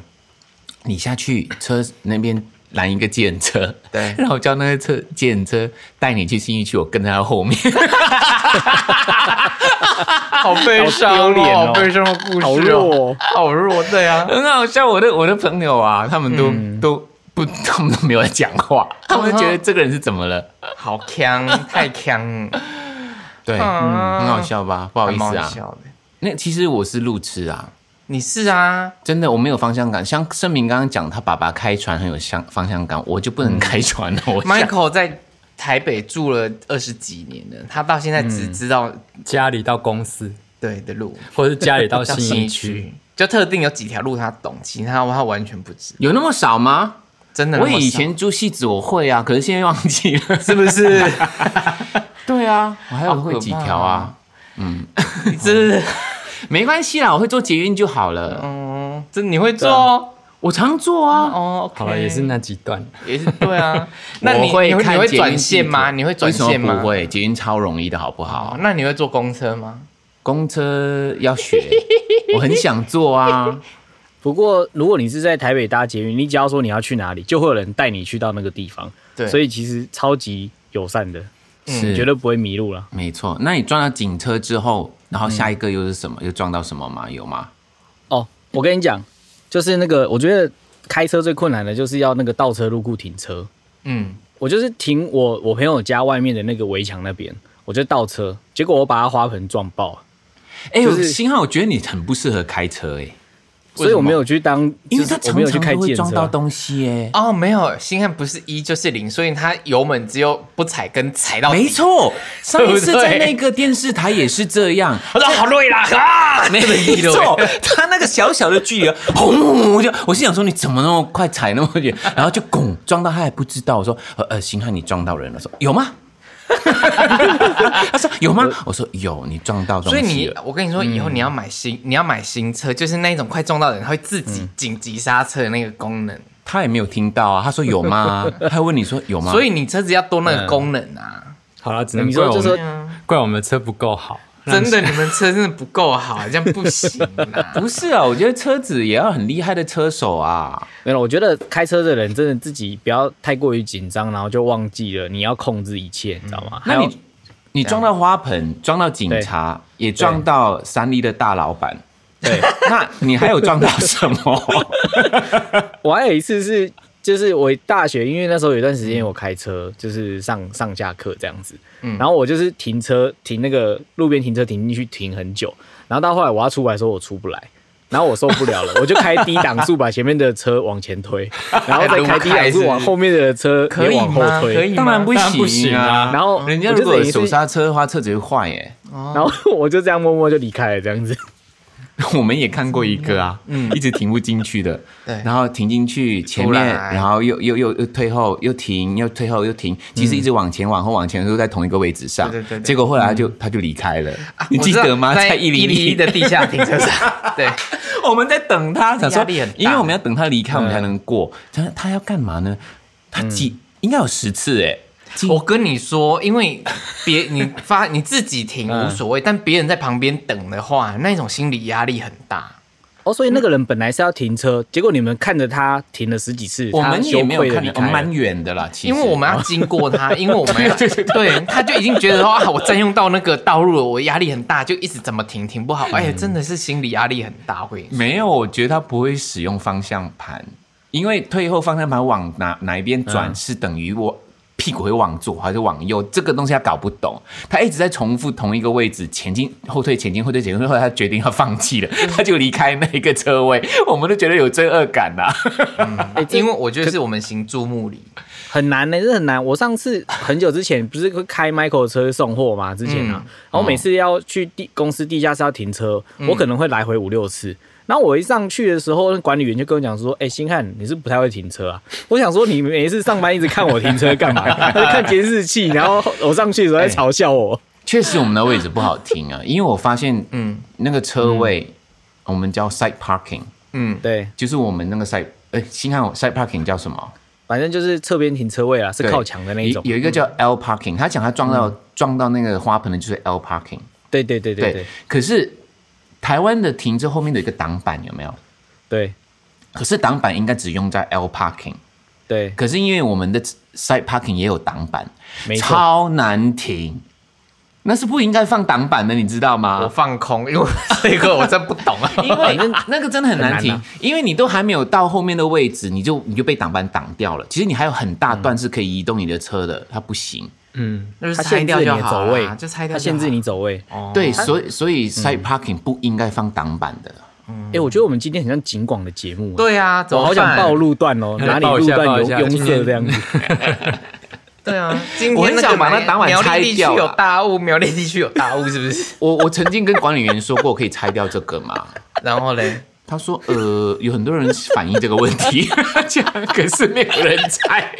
Speaker 2: 你下去车那边拦一个计程车，
Speaker 3: 对
Speaker 2: 然后叫那个车计程车带你去新义区，我跟在 他后面。
Speaker 3: 好悲伤
Speaker 4: 好丢脸哦
Speaker 3: 好悲伤的故
Speaker 4: 好
Speaker 3: 事哦，
Speaker 4: 弱、哦，
Speaker 3: 好弱，对啊，
Speaker 2: 很好笑，我的我的朋友啊，他们都、
Speaker 3: 嗯
Speaker 2: 都不，他们都没有在讲 话，他们就觉得这个人是怎么了？
Speaker 3: 好 强，太强，
Speaker 2: 对，
Speaker 3: 啊
Speaker 2: 嗯很好笑吧？不好意思
Speaker 3: 蛮
Speaker 2: 啊
Speaker 3: 好，笑的。
Speaker 2: 那其实我是路痴啊。”
Speaker 3: 你是啊，
Speaker 2: 真的，我没有方向感。像盛明刚刚讲，他爸爸开船很有向方向感，我就不能开船了。我想
Speaker 3: 嗯 Michael 在台北住了二十几年了，他到现在只知道
Speaker 2: 嗯
Speaker 5: 家里到公司，
Speaker 3: 对的路，
Speaker 5: 或者是家里到
Speaker 3: 到
Speaker 5: 新
Speaker 3: 新
Speaker 5: 义
Speaker 3: 一
Speaker 5: 区。
Speaker 3: 区，就特定有几条路他懂，其他他完全不知。
Speaker 2: 有那么少吗？
Speaker 3: 真的那
Speaker 2: 我
Speaker 3: 么少，
Speaker 2: 以前住戏子我会啊，可是现在忘记 了。
Speaker 3: 是不是？
Speaker 2: 对啊，我还有
Speaker 3: 好可
Speaker 2: 会
Speaker 3: 怕
Speaker 2: 几条啊？嗯
Speaker 3: 你这
Speaker 2: 没关系啦，我会做捷运就好了。
Speaker 3: 嗯，这你会做哦
Speaker 2: 我常做啊，
Speaker 3: 哦，OK，
Speaker 5: 好了，也是那几段。
Speaker 3: 也是对 啊。那你
Speaker 2: 我会
Speaker 3: 你你
Speaker 2: 看
Speaker 3: 会
Speaker 2: 捷运
Speaker 3: 转线
Speaker 2: 地
Speaker 3: 吗？
Speaker 2: 图
Speaker 3: 你会转线
Speaker 2: 为什么
Speaker 3: 吗？
Speaker 2: 不。会，捷运超容易的好不好
Speaker 3: 哦？，那你会坐公车吗？
Speaker 2: 公车要学，我很想做啊。
Speaker 4: 不过如果你是在台北搭捷运，你只要说你要去哪里，就会有人带你去到那个地方。
Speaker 3: 对
Speaker 4: 所以其实超级友善的，
Speaker 2: 是，
Speaker 4: 绝对不会迷路了。
Speaker 2: 没错。那你撞到警车之后，然后下一个又是什么？又撞到什么吗？有吗？
Speaker 4: 哦，我跟你讲，就是那个，我觉得开车最困难的就是要那个倒车入库停车。
Speaker 3: 嗯，
Speaker 4: 我就是停我我朋友家外面的那个围墙那边，我就倒车，结果我把他花盆撞爆了，
Speaker 2: 哎呦，
Speaker 4: 就是
Speaker 2: 星浩，我觉得你很不适合开车哎，
Speaker 4: 所以我没有去当，
Speaker 2: 因
Speaker 4: 就
Speaker 2: 为
Speaker 4: 是
Speaker 2: 他
Speaker 4: 我
Speaker 2: 常
Speaker 4: 没有去开
Speaker 2: 常都会
Speaker 4: 计
Speaker 2: 撞
Speaker 4: 程
Speaker 2: 到
Speaker 4: 车。
Speaker 2: 东西哎。
Speaker 3: 哦，没有，星汉不是一就是零，所以他油门只有不踩跟踩到底。
Speaker 2: 没 错，上一次
Speaker 3: 对不
Speaker 2: 在
Speaker 3: 对
Speaker 2: 那个电视台也是这样，
Speaker 3: 我说好累 啦，啊，
Speaker 2: 没错，他那个小小的距离，轰轰轰就，我是想说你怎么那么快踩那么 远，然后就拱撞到他还不知道，我说呃呃，星汉你撞到人了，我说有吗？ 他说有吗？我说有，你撞到东
Speaker 3: 所以
Speaker 2: 西
Speaker 3: 你
Speaker 2: 了。，嗯
Speaker 3: 我跟你说，以后你要买新，你要买新车，就是那种快撞到人，它会自
Speaker 2: 嗯
Speaker 3: 己紧急刹车的那个功能。
Speaker 2: 他也没有听到啊，他说有 吗？他还问你说有吗？
Speaker 3: 所以你车子要多
Speaker 2: 嗯
Speaker 3: 那个功能啊！
Speaker 5: 好了，只能
Speaker 4: 你
Speaker 5: 怪
Speaker 4: 说
Speaker 5: 我
Speaker 4: 就
Speaker 5: 们
Speaker 4: 说
Speaker 5: 怪我们车不够好。
Speaker 3: 真的，你们车真的不够好，这样不行啦。
Speaker 2: 不是啊，我觉得车子也要很厉害的车手啊。
Speaker 4: 没有，我觉得开车的人真的自己不要太过于紧张，然后就忘记了你要控制一切，你知道吗？
Speaker 3: 嗯
Speaker 4: 还
Speaker 2: 那
Speaker 4: 有
Speaker 2: 你你撞到花盆，撞到警察，也撞到三立的大老板。
Speaker 4: 对，
Speaker 2: 那你还有撞到什么？
Speaker 4: 我还有一次是，就是我大学，因为那时候有一段时间我开车，就是上上下课这样子，
Speaker 3: 嗯
Speaker 4: 然后我就是停车停那个路边停车停进去停很久，然后到后来我要出来的时候我出不来。然后我受不 了了，我就开低档速把前面的车往前推，然后再开低档速往后面的车
Speaker 3: 可
Speaker 4: 也
Speaker 3: 以
Speaker 4: 往后
Speaker 3: 吗？ 可
Speaker 4: 推。
Speaker 3: 以吗？
Speaker 2: 当然不
Speaker 5: 当然不
Speaker 2: 行
Speaker 5: 行
Speaker 2: 啊！
Speaker 5: 啊
Speaker 4: 然后
Speaker 2: 人家
Speaker 4: 我就
Speaker 2: 如果
Speaker 4: 等于是
Speaker 2: 手刹车的话，车子会坏耶。
Speaker 4: 然后我就这样默默就离开了，这样子。
Speaker 2: 我们也看过一个啊，一直停不进去的，
Speaker 3: 嗯 对
Speaker 2: 然后停进去前面，
Speaker 3: 突然
Speaker 2: 然后又又又又退后，又停，又退后又停，其实一直往前往后往前都在同一个位置上，
Speaker 3: 嗯对对对对啊
Speaker 2: 结果后来他就他就离开了，你记
Speaker 3: 我知
Speaker 2: 得
Speaker 3: 道
Speaker 2: 吗？
Speaker 3: 在
Speaker 2: 在
Speaker 3: 一
Speaker 2: 一零
Speaker 3: 零一
Speaker 2: 一
Speaker 3: 的，地下停车场， 对，
Speaker 2: 我们在等他，想说
Speaker 3: 压力很大，嗯
Speaker 2: 因为我们要等他离开，我们才能过。他他要干嘛呢？他几应该有十次哎，进
Speaker 3: 我跟你说，因为别你 发你自己停
Speaker 2: 嗯
Speaker 3: 无所谓，但别人在旁边等的话，那种心理压力很大。
Speaker 4: 哦，
Speaker 2: 嗯
Speaker 4: 所以那个人本来是要停车，结果你们看着他停了十几次，
Speaker 2: 我们也没有看
Speaker 4: 你
Speaker 2: 到，蛮远的啦，其实
Speaker 3: 因为我们要经过 他，因为我们要对他就已经觉得说啊，我占用到那个道路了，我压力很大，就一直怎么停停不好，哎
Speaker 2: 嗯
Speaker 3: 呀，真的是心理压力很大，会
Speaker 2: 没有，我觉得他不会使用方向盘，因为退后方向盘往哪哪一边
Speaker 3: 嗯
Speaker 2: 转是等于我。屁股会往左还是往右？这个东西他搞不懂，他一直在重复同一个位置前进、后退、前进、后退、前进。后来他决定要放弃了，他就离开那一个车位。我们都觉得有罪恶感啊啦、哎
Speaker 4: 这
Speaker 3: 因为我觉得是我们行注目礼，
Speaker 4: 很难呢、这很难。我上次很久之前不是会开 Michael 的车送货嘛，之前啊，
Speaker 2: 嗯
Speaker 4: 然后每次要去地公司地下室要停车，我可能会来回五六次。然后我一上去的时候，那管理员就跟我讲说：“哎、星汉，你是不太会停车啊？”我想说，你每一次上班一直看我停车干嘛？ 他就看监视 器，然后我上去的时候
Speaker 2: 哎
Speaker 4: 在嘲笑我。
Speaker 2: 确实，我们的位置不好停 啊，因为我发现，嗯，那个车位、
Speaker 4: 嗯
Speaker 2: 我们叫 side parking，
Speaker 3: 嗯，
Speaker 4: 对，
Speaker 2: 就是我们那个 side，哎、新汉 side parking 叫什么？
Speaker 4: 反正就是侧边停车位啦，是
Speaker 2: 对
Speaker 4: 靠墙的那一种。嗯
Speaker 2: 有有一个叫 L parking，他讲他撞到、撞到那个花盆的就是 L parking，
Speaker 4: 对对对对对
Speaker 2: 可是台湾的停车后面的一个挡板有没
Speaker 4: 啊
Speaker 2: 有？
Speaker 4: 对
Speaker 2: 可是挡板应该只用在 L parking，
Speaker 4: 对，
Speaker 2: 可是因为我们的 side parking 也有挡板
Speaker 4: 没，错
Speaker 2: 超难停，那是不应该放挡板的，你知道
Speaker 3: 我
Speaker 2: 吗？
Speaker 3: 放空，因为这个我真不懂 啊。
Speaker 2: 因为那个真的很难停，
Speaker 4: 很难啊
Speaker 2: 因为你都还没有到后面的位置，你就你就被挡板挡掉了。其实你还有很大段是可以移动你的车的，它不行。
Speaker 5: 嗯，
Speaker 3: 就是
Speaker 4: 它
Speaker 3: 拆
Speaker 4: 限制
Speaker 3: 掉
Speaker 4: 你
Speaker 3: 就
Speaker 4: 的
Speaker 3: 好
Speaker 4: 走位
Speaker 3: 了，，就拆掉
Speaker 4: 它
Speaker 3: 就好。哦啊
Speaker 4: 限制你走位。
Speaker 2: 对，所以所以 side parking 不应该放挡板的。
Speaker 4: 哎、我觉得我们今天很像警广的节目、啊。
Speaker 3: 嗯对啊，怎
Speaker 4: 我
Speaker 3: 么
Speaker 4: 好想
Speaker 3: 办
Speaker 4: 报路段 哦，哪里路段
Speaker 5: 报一
Speaker 4: 有
Speaker 5: 下报一下
Speaker 4: 拥
Speaker 5: 今
Speaker 4: 塞
Speaker 5: 天
Speaker 4: 这样 子？
Speaker 3: 对 啊，今
Speaker 2: 我
Speaker 3: 天那
Speaker 2: 很想
Speaker 3: 个
Speaker 2: 把那
Speaker 3: 苗
Speaker 2: 挡板
Speaker 3: 苗
Speaker 2: 拆
Speaker 3: 栗地区
Speaker 2: 掉
Speaker 3: 有
Speaker 2: 啊
Speaker 3: 大雾，苗栗地区有大雾是不是？
Speaker 2: 我我曾经跟管理员说过可以拆掉这个嘛，
Speaker 3: 然后嘞，
Speaker 2: 他说呃有很多人反映这个问题， 这样可是没有人拆，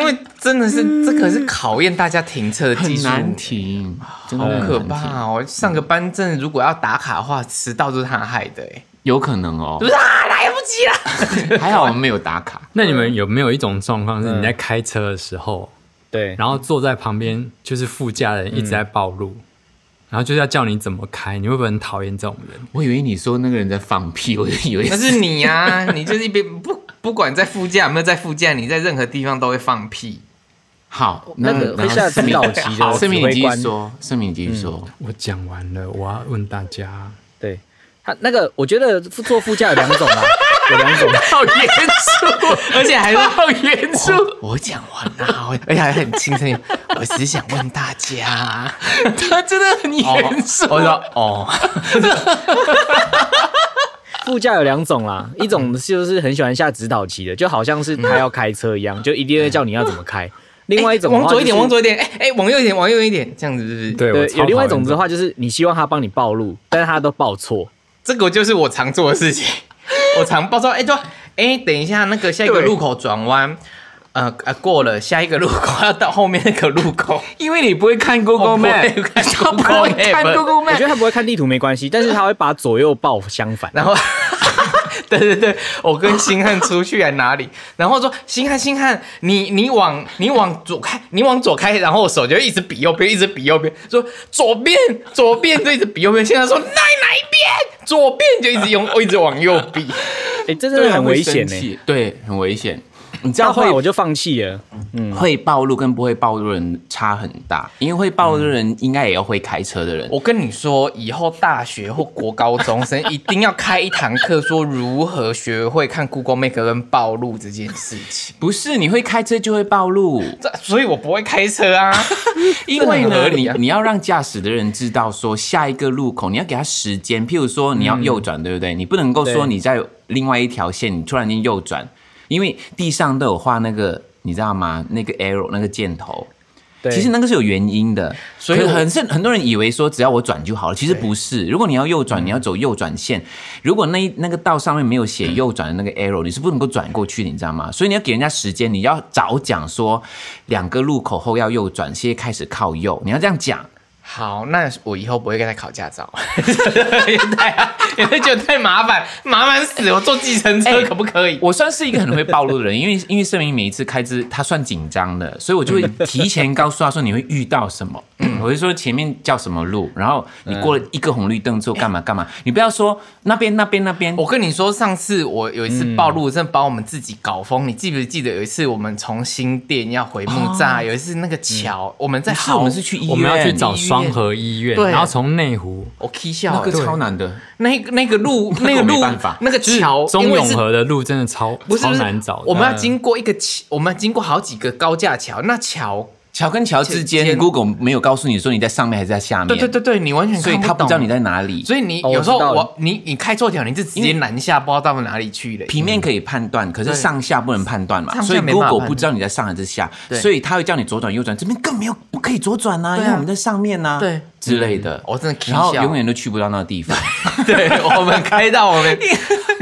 Speaker 3: 因为真的是这个是考验大家停车的技
Speaker 2: 很
Speaker 3: 术，
Speaker 2: 难停，真的
Speaker 3: 好
Speaker 2: 很
Speaker 3: 可
Speaker 2: 难停
Speaker 3: 怕哦！上个班真的如果要打卡的话，迟到就是他害的，哎，
Speaker 2: 有可能哦
Speaker 3: 不，是啊，来不及了。
Speaker 2: 还好我们没有打卡。
Speaker 5: 那你们有没有一种状况是你在开车的时候，
Speaker 4: 对，
Speaker 5: 然后坐在旁边就是副驾的人一直在暴露，然后就是要叫你怎么开，你会不会很讨厌这种人？
Speaker 2: 我以为你说那个人在放屁，我就以为
Speaker 3: 那是你呀、你就是一边不不管在副驾有没有在副驾，你在任何地方都会放屁。
Speaker 2: 好，
Speaker 4: 那个会
Speaker 2: 然后
Speaker 4: 下
Speaker 2: 盛
Speaker 4: 指
Speaker 2: 明
Speaker 4: 导棋
Speaker 2: 好
Speaker 4: 的指
Speaker 2: 盛明你
Speaker 4: 挥
Speaker 2: 继续
Speaker 4: 官。
Speaker 2: 说，盛明你继续说，
Speaker 5: 我讲完了，我要问大家，
Speaker 4: 对，他那个我觉得坐副驾有两种啊，有两 种。
Speaker 2: 好严肃，
Speaker 3: 而且还是
Speaker 2: 好严
Speaker 4: 嗯
Speaker 2: 肃，
Speaker 3: 我讲完哎了，我而且还很轻声，我只想问大家，
Speaker 2: 他真的很严肃。
Speaker 3: 我说 哦，
Speaker 4: 副驾有两种啦，一种就是很喜欢下指导棋的，就好像是他要开车一样，就一定会叫你要怎么开。另外一种的
Speaker 3: 往
Speaker 4: 话
Speaker 3: 左一点，
Speaker 4: 就是
Speaker 3: 往左一点，哎、哎、往右一点，往右一点，这样子是不是？，
Speaker 5: 对，我
Speaker 4: 对，
Speaker 5: 超
Speaker 4: 有另外一
Speaker 5: 讨厌
Speaker 4: 种
Speaker 5: 这
Speaker 4: 的话，就是你希望他帮你报路，但是他都报错。
Speaker 3: 这个就是我常做的事情，我常报说，哎、就哎、等一下那个下一个
Speaker 2: 对
Speaker 3: 路口转弯，呃呃过了下一个路口 要到后面那个路口，
Speaker 2: 因为你不会看
Speaker 3: 我
Speaker 5: 哦
Speaker 2: Google
Speaker 3: 不会
Speaker 2: Map，
Speaker 3: 看
Speaker 2: 他不会
Speaker 3: Google
Speaker 2: 看
Speaker 3: Map
Speaker 2: Google
Speaker 4: 我觉
Speaker 2: Map。
Speaker 4: 得他不会看地图没关系，但是他会把左右报相反。
Speaker 3: 然后， 对对对，我跟星汉出去还哪里， 然后说星汉星汉，你你往你往左开，你往左开，然后我手就一直比右边，一直比右边，说左边左边就一直比右边，现在说哪哪一边，左边就一直用， 我一直往右比，
Speaker 4: 哎，这
Speaker 3: 啊
Speaker 4: 真的很危险呢、
Speaker 2: 呢，对，很危险。你知
Speaker 4: 这
Speaker 2: 道
Speaker 4: 样后
Speaker 2: 会
Speaker 4: 来嗯我就放弃了。
Speaker 2: 会暴露跟不会暴露的人差很大，因为会暴露的人应该也要会开车的人。
Speaker 4: 哦
Speaker 3: 我跟你说，以后大学或国高中生一定要开一堂课，说如何学会看 Google Map 跟暴露这件事情。
Speaker 2: 不是你会开车就会暴露，
Speaker 3: 这所以我不会开车 啊，
Speaker 2: 因为
Speaker 3: 这很合
Speaker 2: 呢，
Speaker 3: 理
Speaker 2: 你
Speaker 3: 啊
Speaker 2: 你要让驾驶的人知道说下一个路口，你要给他时间。譬如说你要右转，对不对？你不能够
Speaker 4: 对
Speaker 2: 说你在另外一条线，你突然间右转，因为地上都有画那个，你知道吗？那个 arrow 那个箭头，
Speaker 4: 对
Speaker 2: 其实那个是有原因的，
Speaker 3: 所
Speaker 2: 所
Speaker 3: 以
Speaker 2: 以
Speaker 3: 我
Speaker 2: 很是很多人以为说只要我转就好了，其实不是。如果你要右转，你要走右转线，如果那一那个道上面没有写右转的那个 arrow，你是不能够转过去的，你知道吗？所以你要给人家时间，你要早讲说两个路口后要右转，现在开始靠右，你要这样讲。
Speaker 3: 好，那我以后不会跟他考驾照， 啊因为觉得太麻烦，麻烦死！我坐计程车
Speaker 2: 哎
Speaker 3: 可不可以？
Speaker 2: 我算是一个很会暴露的人，因为因为盛明每一次开支他算紧张的，所以我就会提前告诉他说你会遇到什么，嗯我就说前面叫什么路，然后你过了一个红绿灯之后干嘛干嘛，你不要说那边那边那边，
Speaker 3: 我跟你说，上次我有一次暴露，真的把我们自己搞疯。你记不记得有一次我们从新店要回木栅，有一次那个桥，嗯我们在
Speaker 2: 不是
Speaker 3: 好，
Speaker 2: 哎我们是去医院，
Speaker 5: 我们要去
Speaker 2: 医
Speaker 5: 找
Speaker 2: 院
Speaker 5: 双河医院，
Speaker 3: 对
Speaker 5: 然后从内湖
Speaker 3: 我 K 笑
Speaker 2: 那
Speaker 3: 了
Speaker 2: 个，超难的，
Speaker 3: 那那个路，那个
Speaker 2: 我没
Speaker 3: 路
Speaker 2: 办法，
Speaker 3: 那个桥，
Speaker 5: 中
Speaker 3: 因为
Speaker 5: 永
Speaker 3: 是
Speaker 5: 和的路真的超
Speaker 3: 不是
Speaker 5: 超
Speaker 3: 不是
Speaker 5: 难找的。
Speaker 3: 我们要经过一个桥，我们要经过好几个高架桥，那桥，
Speaker 2: 桥跟桥之
Speaker 3: 之间
Speaker 2: 间，Google 没有告诉你说你在上面还是在下面，
Speaker 3: 对对对对，你完全
Speaker 2: 所以
Speaker 3: 看
Speaker 2: 他不
Speaker 3: 懂
Speaker 2: 知道你在哪里。
Speaker 3: 所以你
Speaker 4: 哦我
Speaker 3: 有时候
Speaker 4: 知道了
Speaker 3: 我你你开错条，你就直接南下，不知道到哪里去了。
Speaker 2: 平面可以判断，可是上下不能判断嘛，
Speaker 3: 上下
Speaker 2: 所以
Speaker 3: 没办法
Speaker 2: Google
Speaker 3: 判断
Speaker 2: 不知道你在上还是下，
Speaker 3: 对
Speaker 2: 所以他会叫你左转右转，这边更没有不可以左转呐、因
Speaker 3: 对啊
Speaker 2: 为我们在上面呐、
Speaker 3: 对
Speaker 2: 之类的。
Speaker 3: 嗯我真的 K
Speaker 2: 然后
Speaker 3: 笑，
Speaker 2: 永远都去不到那个地方。
Speaker 3: 对我们开到我 们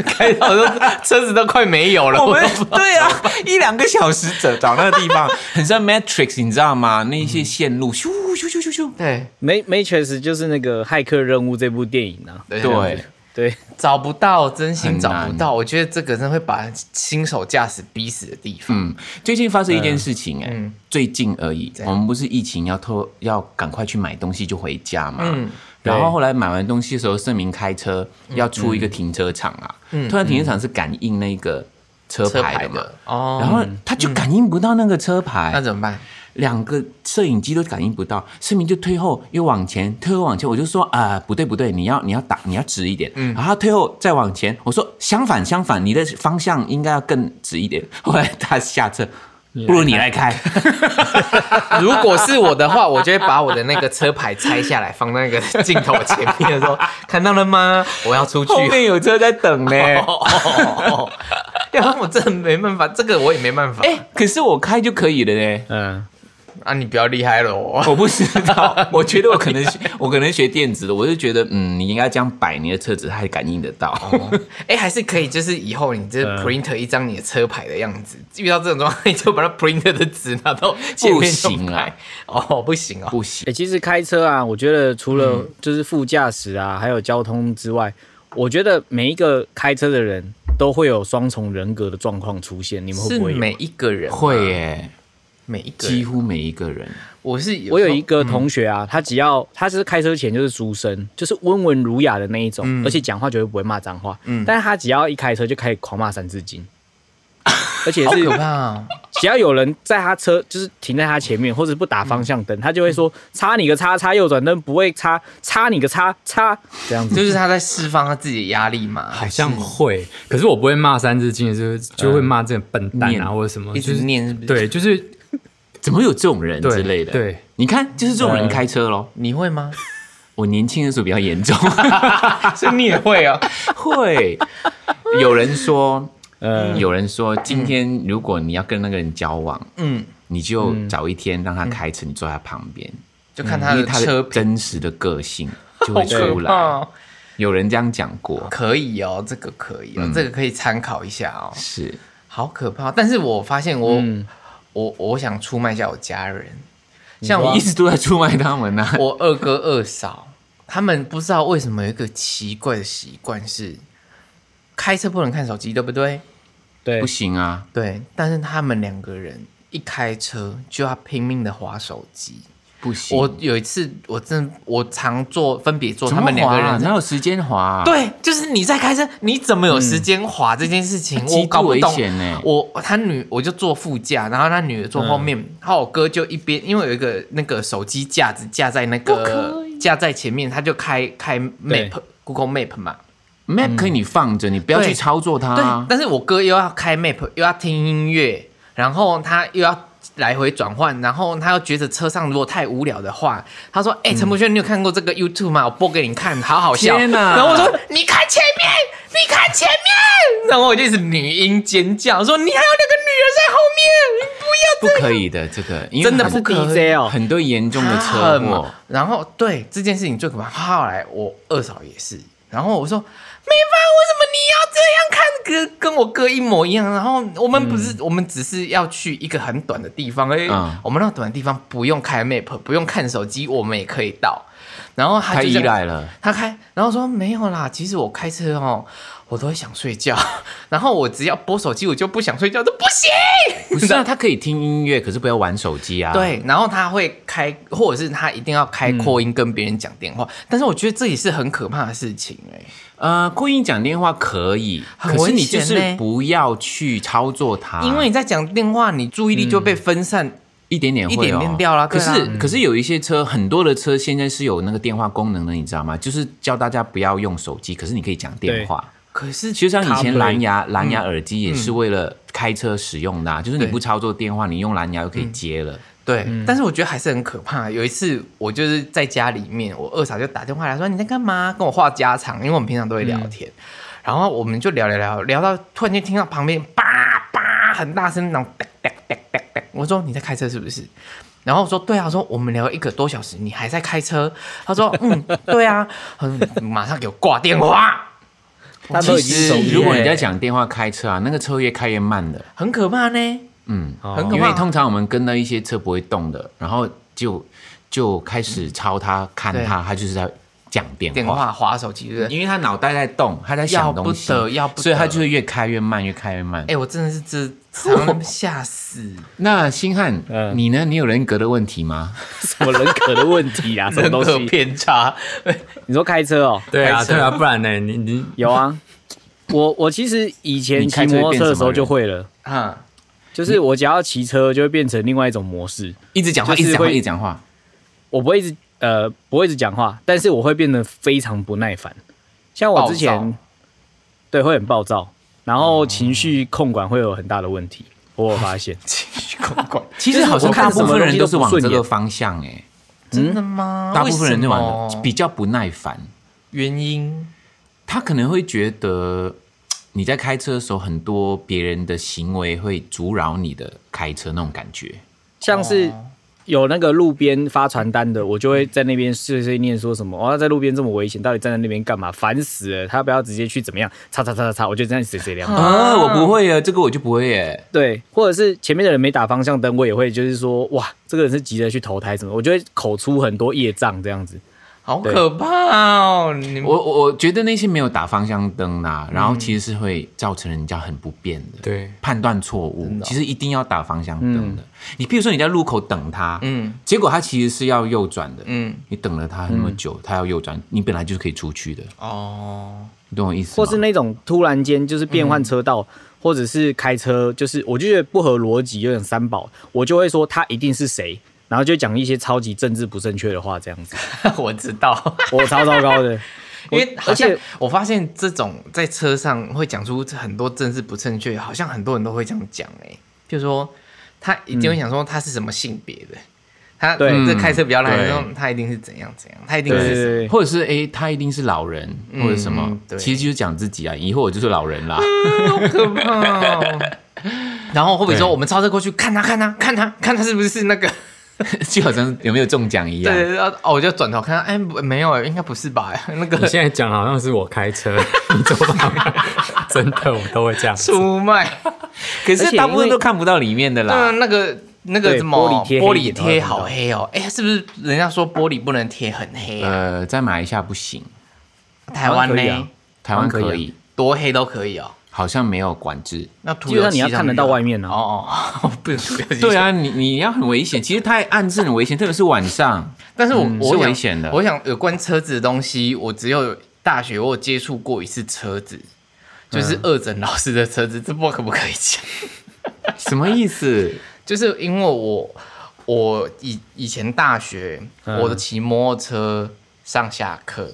Speaker 3: 开到都车子都快没有了，
Speaker 2: 我 们
Speaker 3: 都不知道
Speaker 2: 对啊，一两个小时找找那个地方， 嗯很像 Matrix，你知道吗？那一些线路咻咻咻咻咻，
Speaker 3: 对
Speaker 4: 没 Matrix 就是那个《骇客任务》这部电影啊，
Speaker 3: 对
Speaker 2: 对，
Speaker 4: 对，
Speaker 3: 找不到，真心
Speaker 2: 很
Speaker 3: 找不
Speaker 2: 难
Speaker 3: 到。我觉得这个真的会把新手驾驶逼死的地方。
Speaker 2: 嗯，最近发生一件事情哎、
Speaker 3: 嗯
Speaker 2: 最近而已。
Speaker 3: 样
Speaker 2: 我们不是疫情要偷要赶快去买东西就回家嘛，
Speaker 3: 嗯
Speaker 2: 然后后来买完东西的时候，盛明开车要出一个停车场啊，突然停车场是感应那个车
Speaker 3: 嗯车
Speaker 2: 牌
Speaker 3: 牌
Speaker 2: 的嘛，
Speaker 3: 的哦，
Speaker 2: 然后他就感应不到那个车牌，
Speaker 3: 那怎么办？
Speaker 2: 两个摄影机都感应不到，盛明就退后又往前，退后往前，我就说啊、不对不对，你要你要打你要直一点，
Speaker 3: 嗯
Speaker 2: 然后他退后再往前，我说相反相反，你的方向应该要更直 一点。后来他下车，不如你来开，
Speaker 3: 如果是我的话，我就会把我的那个车牌拆下来，放在那个镜头前面 的时候，看到了吗？我要出去。
Speaker 2: 后面有车在等 呢。
Speaker 3: 要不然我真的没办法，这个我也没办法。
Speaker 2: 哎、可是我开就可以了呢，
Speaker 4: 嗯，
Speaker 3: 啊，你比较厉害了哦。
Speaker 2: 我不知道，我觉得我可能学 我可能学电子的，我就觉得嗯，你应该这样摆你的车子，它感应得到。
Speaker 3: 哎、还是可以，就是以后你这
Speaker 4: 嗯
Speaker 3: print 一张你的车牌的样子，遇到这种状况，你就把它 print 的纸拿到前
Speaker 2: 不
Speaker 3: 面就
Speaker 2: 行
Speaker 3: 拍
Speaker 2: 啊。
Speaker 3: 哦，不行哦，
Speaker 2: 不行
Speaker 4: 哎、，其实开车啊，我觉得除了就是副驾驶啊，还有交通之外，我觉得每一个开车的人都会有双重人格的状况出现。你们会
Speaker 3: 是
Speaker 4: 不会有？
Speaker 3: 每一个人吗啊
Speaker 2: 会耶，
Speaker 3: 每一个人
Speaker 2: 几乎每一个人。
Speaker 3: 我是有
Speaker 4: 我
Speaker 3: 时
Speaker 4: 有
Speaker 3: 候
Speaker 4: 一个同学啊，他只要他是开车前就是书生，就是温文儒雅的那一种，而且讲话绝对不会骂脏话。嗯，但是他只要一开车就开始狂骂三字经，而且
Speaker 3: 好
Speaker 4: 是
Speaker 3: 可怕、哦，
Speaker 4: 只要有人在他车就是停在他前面，或者不打方向灯，他就会说插你个叉，插右转灯不会插，插你个叉，插这样子。
Speaker 3: 就是他在释放他自己的压力嘛。
Speaker 5: 好像会，可是我不会骂三字经，就是就会骂这种笨蛋
Speaker 2: 念
Speaker 5: 啊或者什么，
Speaker 3: 一
Speaker 5: 就
Speaker 3: 直
Speaker 5: 是
Speaker 3: 念是不是？，
Speaker 5: 对，就是
Speaker 2: 怎么有这种人
Speaker 5: 对
Speaker 2: 之类的？
Speaker 5: 对，
Speaker 2: 你看，就是这种人开车咯。
Speaker 3: 你会 吗？
Speaker 2: 我年轻的时候比较 严重，
Speaker 3: 所以你也会哦。
Speaker 2: 会有人说，
Speaker 3: 呃
Speaker 4: 嗯
Speaker 2: 有人说，今天如果你要跟那个人交往，
Speaker 3: 嗯，
Speaker 2: 你就找一天让他开车，你坐在他旁边，
Speaker 3: 就看嗯他
Speaker 2: 因为
Speaker 3: 的
Speaker 2: 他
Speaker 3: 车
Speaker 2: 的
Speaker 3: 品
Speaker 2: 真实的个性
Speaker 3: 好
Speaker 2: 就会
Speaker 3: 可
Speaker 2: 出
Speaker 3: 怕
Speaker 2: 来。
Speaker 3: 哦。
Speaker 2: 有人这样讲过，
Speaker 3: 可以哦，这个可以哦，这个可以参考一下哦。
Speaker 2: 是
Speaker 3: 好可怕！但是我发现我、我我想出卖一下我家人，像我
Speaker 2: 嗯你一直都在出卖他们啊。
Speaker 3: 我二哥二嫂，他们不知道为什么有一个奇怪的习惯是开车不能看手机，对不对？
Speaker 4: 对
Speaker 2: 不，行啊，
Speaker 3: 对，但是他们两个人一开车就要拼命的划手机。
Speaker 2: 不行！
Speaker 3: 我有一次，我真的我常坐分别坐
Speaker 2: 怎
Speaker 3: 他
Speaker 2: 么
Speaker 3: 们两
Speaker 2: 滑
Speaker 3: 个
Speaker 2: 啊？
Speaker 3: 人在
Speaker 2: 哪有时间滑啊？
Speaker 3: 对，就是你在开车，你怎么有时间滑这件事情？
Speaker 2: 嗯
Speaker 3: 我搞不
Speaker 2: 极度
Speaker 3: 懂
Speaker 2: 危险欸。
Speaker 3: 我他女我就坐副驾，然后他女的坐后
Speaker 2: 嗯
Speaker 3: 面，然后我哥就一边，因为有一个那个手机架子架在那个架在前面，他就开开 map Google Map 嘛。
Speaker 2: ，Map 可以你放着，你不要
Speaker 3: 嗯对
Speaker 2: 去操作它
Speaker 3: 对
Speaker 2: 啊，。
Speaker 3: 但是我哥又要开 map，又要听音乐，然后他又要来回转换，然后他又觉得车上如果太无聊的话，他说：“哎、陈柏轩，你有看过这个 YouTube 吗？我播给你看，好好笑。”
Speaker 2: 天哪
Speaker 3: 然后我说：“你看前面，你看前面。”然后我就一直女音尖叫，说你还有那个女人在后面，你不
Speaker 2: 不可以的，这个因为
Speaker 3: 真的
Speaker 2: 很
Speaker 3: 不可
Speaker 4: 是 DJ 哦
Speaker 2: 很多严重的
Speaker 3: 要
Speaker 2: 车
Speaker 3: 很
Speaker 2: 祸
Speaker 3: 猛。然后对这件事情最可怕。后来我二嫂也是，然后我说没办法，为什么你要这样看？跟跟我哥一模一样。然后我们不是，我们只是要去一个很短的地方，而已
Speaker 2: 嗯。
Speaker 3: 我们那短的地方不用开 map，不用看手机，我们也可以到。然后他
Speaker 2: 太
Speaker 3: 就
Speaker 2: 依
Speaker 3: 这样
Speaker 2: 赖了，
Speaker 3: 他开，然后说没有啦，其实我开车哦，我都会想睡觉， 然后我只要拨手机，我就不想睡觉，这不行。
Speaker 2: 不是啊？他可以听音乐，可是不要玩手机啊。，
Speaker 3: 对，然后他会开，或者是他一定要开扩音跟别人讲电话，但是我觉得这也是很可怕的事情哎、
Speaker 2: 呃，故意讲电话可以，
Speaker 3: 很
Speaker 2: 可是你
Speaker 3: 危险
Speaker 2: 就是
Speaker 3: 呢
Speaker 2: 不要去操作它，
Speaker 3: 因为你在讲电话，你注意力就被分散。
Speaker 2: 一点点
Speaker 3: 一
Speaker 2: 会、哦、
Speaker 3: 点点掉啦
Speaker 2: 可
Speaker 3: 对啦啊嗯
Speaker 2: 是可是有一些车，很多的车现在是有那个电话功能的，你知道吗？就是叫大家不要用手机，可是你可以讲电话。
Speaker 3: 可是
Speaker 2: 就像以前
Speaker 4: CarPlay
Speaker 2: 蓝牙蓝牙耳机也是为了开车使用的、啊，就是
Speaker 3: 嗯
Speaker 2: 你
Speaker 3: 对嗯
Speaker 2: 不操作电话，你用蓝牙就可以接了。
Speaker 3: 对，但是我觉得还是很可怕。有一次我就是在家里面，我二嫂就打电话来说你在干嘛，跟我话家常，因为我们平常都会聊天。然后我们就聊聊聊聊到突然间听到旁边叭叭很大声那种哒哒哒哒哒，我说你在开车是不是？然后我说对啊，我说我们聊了一个多小时，你还在开车？他说嗯，对啊，他说你马上给我挂电话。
Speaker 4: 他都已
Speaker 3: 其
Speaker 4: 经
Speaker 3: 实
Speaker 4: 手
Speaker 2: 如果你在
Speaker 4: 在
Speaker 2: 讲电话开车啊，那个车越开越慢的，
Speaker 3: 很可怕呢。
Speaker 2: 嗯，
Speaker 4: 哦
Speaker 3: 很可怕
Speaker 2: 因为通常我们跟到一些车不会动的，然后就就开始抄他看
Speaker 3: 对
Speaker 2: 他，他就是在讲电
Speaker 3: 电
Speaker 2: 话。
Speaker 3: 话划手机，对不对？
Speaker 2: 因为他脑袋在动，他在想东西，
Speaker 3: 要不得要不得
Speaker 2: 所以他就会越开越慢，越开越慢。
Speaker 3: 哎、我真的是这常吓死。
Speaker 2: 那星汉，
Speaker 4: 嗯
Speaker 2: 你呢？你有人格的问题吗？
Speaker 4: 什么人格的问题 啊？什么东西？
Speaker 3: 偏差，
Speaker 4: 你说开车哦？
Speaker 5: 对啊，
Speaker 3: 开车
Speaker 5: 对啊，不然呢？你你
Speaker 4: 有啊，我我其实以前
Speaker 2: 你
Speaker 4: 骑
Speaker 2: 开车
Speaker 4: 摩托
Speaker 2: 变
Speaker 4: 车的
Speaker 2: 什么
Speaker 4: 时候就
Speaker 2: 人
Speaker 4: 会了，
Speaker 3: 嗯，
Speaker 4: 就是我只要骑车就会变成另外一种模式，
Speaker 2: 一直讲话，
Speaker 4: 就
Speaker 2: 一
Speaker 4: 是
Speaker 2: 直讲话，
Speaker 4: 会
Speaker 2: 一直讲话。
Speaker 4: 我不会一直呃不会一直讲话，但是我会变得非常不耐烦。像我之
Speaker 3: 暴躁
Speaker 4: 前对会很暴躁，然后情绪控管会有很大的问题，我有发 现。
Speaker 3: 哦
Speaker 2: 其实好像
Speaker 4: 我看
Speaker 2: 大部
Speaker 4: 什
Speaker 2: 分
Speaker 4: 么
Speaker 2: 人
Speaker 4: 东西
Speaker 2: 都
Speaker 4: 都
Speaker 2: 是
Speaker 4: 不
Speaker 2: 往
Speaker 4: 顺
Speaker 2: 这个
Speaker 4: 眼
Speaker 2: 方向哎，
Speaker 3: 真的吗？
Speaker 2: 嗯大部分人就往
Speaker 3: 为什么
Speaker 2: 比较不耐烦，
Speaker 3: 原因
Speaker 2: 他可能会觉得你在开车的时候，很多别人的行为会阻扰你的开车那种感觉。
Speaker 4: 像是有那个路边发传单的，我就会在那边碎碎念说什么：“哦，在路边这么危险，到底站在那边干嘛？烦死了！他不要直接去怎么样？擦擦擦擦擦，我就这样谁 谁凉。
Speaker 2: 啊，我不会啊，这个我就不会耶。
Speaker 4: 对，或者是前面的人没打方向灯，我也会就是说：“哇，这个人是急着去投胎什么？”我就会口出很多业障这样子。
Speaker 3: 好可怕哦！你
Speaker 2: 我我我觉得那些没有打方向灯啦、然后其实是会造成人家很不便的，
Speaker 5: 对
Speaker 2: 判断错误。其实一定要打方向灯的。你譬如说你在路口等他，
Speaker 3: 嗯
Speaker 2: 结果他其实是要右转的，
Speaker 3: 嗯
Speaker 2: 你等了他那么久，他要右转，你本来就是可以出去的，
Speaker 3: 哦，
Speaker 2: 你懂我意思吗？
Speaker 4: 或是那种突然间就是变换车道，或者是开车，就是我就觉得不合逻辑，有点三宝，我就会说他一定是谁，然后就讲一些超级政治不正确的话，这样子，
Speaker 3: 我知道，
Speaker 4: 我超糟糕的。我
Speaker 3: 因为好
Speaker 4: 而
Speaker 3: 像
Speaker 4: 且
Speaker 3: 我发现这种在车上会讲出很多政治不正确，好像很多人都会这样讲哎、譬如说他一定会想说他是什么性别的，他
Speaker 4: 对
Speaker 3: 这开车比较烂，
Speaker 2: 对
Speaker 3: 说他一定是怎样怎样，他一定
Speaker 4: 对
Speaker 3: 是
Speaker 4: 对
Speaker 3: 什么
Speaker 4: 对，对
Speaker 2: 或者是哎、诶他一定是老人、
Speaker 3: 嗯
Speaker 2: 或者什么
Speaker 3: 嗯，对
Speaker 2: 其实就是讲自己啊，以后我就是老人啦。
Speaker 3: 可怕哦。然后会不会说我们超车过去看他看他看他看他是不是那个？
Speaker 2: 就好像有没有中奖一
Speaker 3: 对
Speaker 2: 样。
Speaker 3: 对对，哦，我就转头看他，哎，不没有，应该不是吧？ 那
Speaker 5: 你
Speaker 3: 个
Speaker 5: 现在讲好像是我开车， 你走吧， 真的我都会这样子。
Speaker 3: 出卖，
Speaker 2: 可
Speaker 4: 而
Speaker 2: 是
Speaker 4: 且
Speaker 2: 大部分
Speaker 4: 因为
Speaker 2: 都看不到里面的啦
Speaker 3: 那。那个那个
Speaker 4: 对
Speaker 3: 什么
Speaker 4: 玻璃贴黑
Speaker 3: 玻
Speaker 4: 一
Speaker 3: 璃
Speaker 4: 点都看
Speaker 3: 贴
Speaker 4: 不
Speaker 3: 好
Speaker 4: 到
Speaker 3: 黑哦，哎，是不是人家说玻璃不能贴很黑啊？
Speaker 2: 呃，在马来西亚不行，
Speaker 4: 台
Speaker 3: 台湾
Speaker 4: 湾可以啊
Speaker 3: 呢，
Speaker 2: 台湾
Speaker 4: 台湾
Speaker 2: 可
Speaker 4: 可
Speaker 2: 以，
Speaker 3: 多黑都可以哦。
Speaker 2: 好像没有管制。
Speaker 3: 那涂
Speaker 4: 基本
Speaker 3: 油
Speaker 4: 上你要
Speaker 3: 漆上
Speaker 4: 看得
Speaker 3: 去
Speaker 4: 到
Speaker 3: 哦
Speaker 4: 外面啊
Speaker 3: 哦哦， 不能涂油漆
Speaker 2: 对啊，你你要很危险，其实太暗是很危险，特别是晚上。
Speaker 3: 但是我、
Speaker 2: 嗯
Speaker 3: 我
Speaker 2: 是
Speaker 3: 想
Speaker 2: 危险的
Speaker 3: 我想有关车子的东西，我只有大学我有接触过一次车子，就是二诊老师的车
Speaker 4: 嗯
Speaker 3: 子，这不知道可不可以讲？
Speaker 2: 什么意思？
Speaker 3: 就是因为我我以以前大学，
Speaker 4: 嗯
Speaker 3: 我的骑摩托车上下课，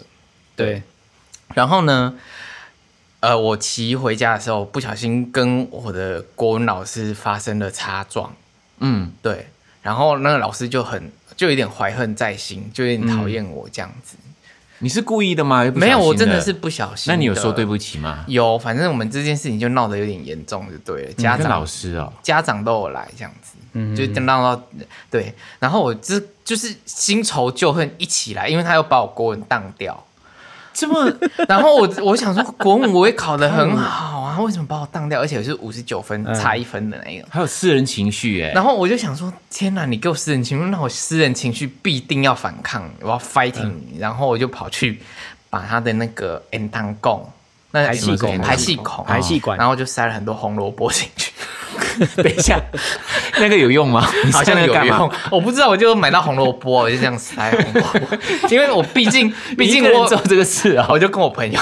Speaker 4: 对，
Speaker 3: 然后呢，呃，我骑回家的时候不小心跟我的国文老师发生了擦撞，
Speaker 2: 嗯，
Speaker 3: 对，然后那个老师就很就有点怀恨在心，就有点讨厌我这样子。
Speaker 2: 你是故意的吗？又不小
Speaker 3: 没有，我
Speaker 2: 心
Speaker 3: 真的是。嗯不小心。
Speaker 2: 那你有说对？不起吗？
Speaker 3: 有，反正我们这件事情就闹得有点严重，就对了。家
Speaker 2: 你跟
Speaker 3: 长
Speaker 2: 老师哦，
Speaker 3: 家长都有来这样子，
Speaker 4: 嗯
Speaker 3: 就闹到对，然后我这就是新仇旧恨一起来，因为他又把我国文当掉，
Speaker 2: 这么
Speaker 3: 然后我 我想说国文我也考得很好啊，为什么把我当掉？而且我是五十九分
Speaker 4: 嗯
Speaker 3: 差一分的那一种。
Speaker 2: 还有私人情绪哎，
Speaker 3: 然后我就想说，天哪！你给我私人情绪，那我私人情绪必定要反抗，我要 fighting
Speaker 4: 嗯
Speaker 3: 你。然后我就跑去把他的那个 n t a n g o 那
Speaker 4: 排气孔
Speaker 3: 排气孔、
Speaker 4: 排气管
Speaker 3: 然后就塞了很多红萝卜进去，
Speaker 2: 等一下，那个有用吗？你
Speaker 3: 好
Speaker 2: 上
Speaker 3: 像
Speaker 2: 那个
Speaker 3: 有
Speaker 2: 干嘛
Speaker 3: 用？，我不知道，我就买到红萝卜，我就这样塞红萝 卜，因为我毕竟，毕
Speaker 2: 毕
Speaker 3: 竟
Speaker 2: 竟
Speaker 3: 我
Speaker 2: 我做这个事啊，
Speaker 3: 我就跟我朋友，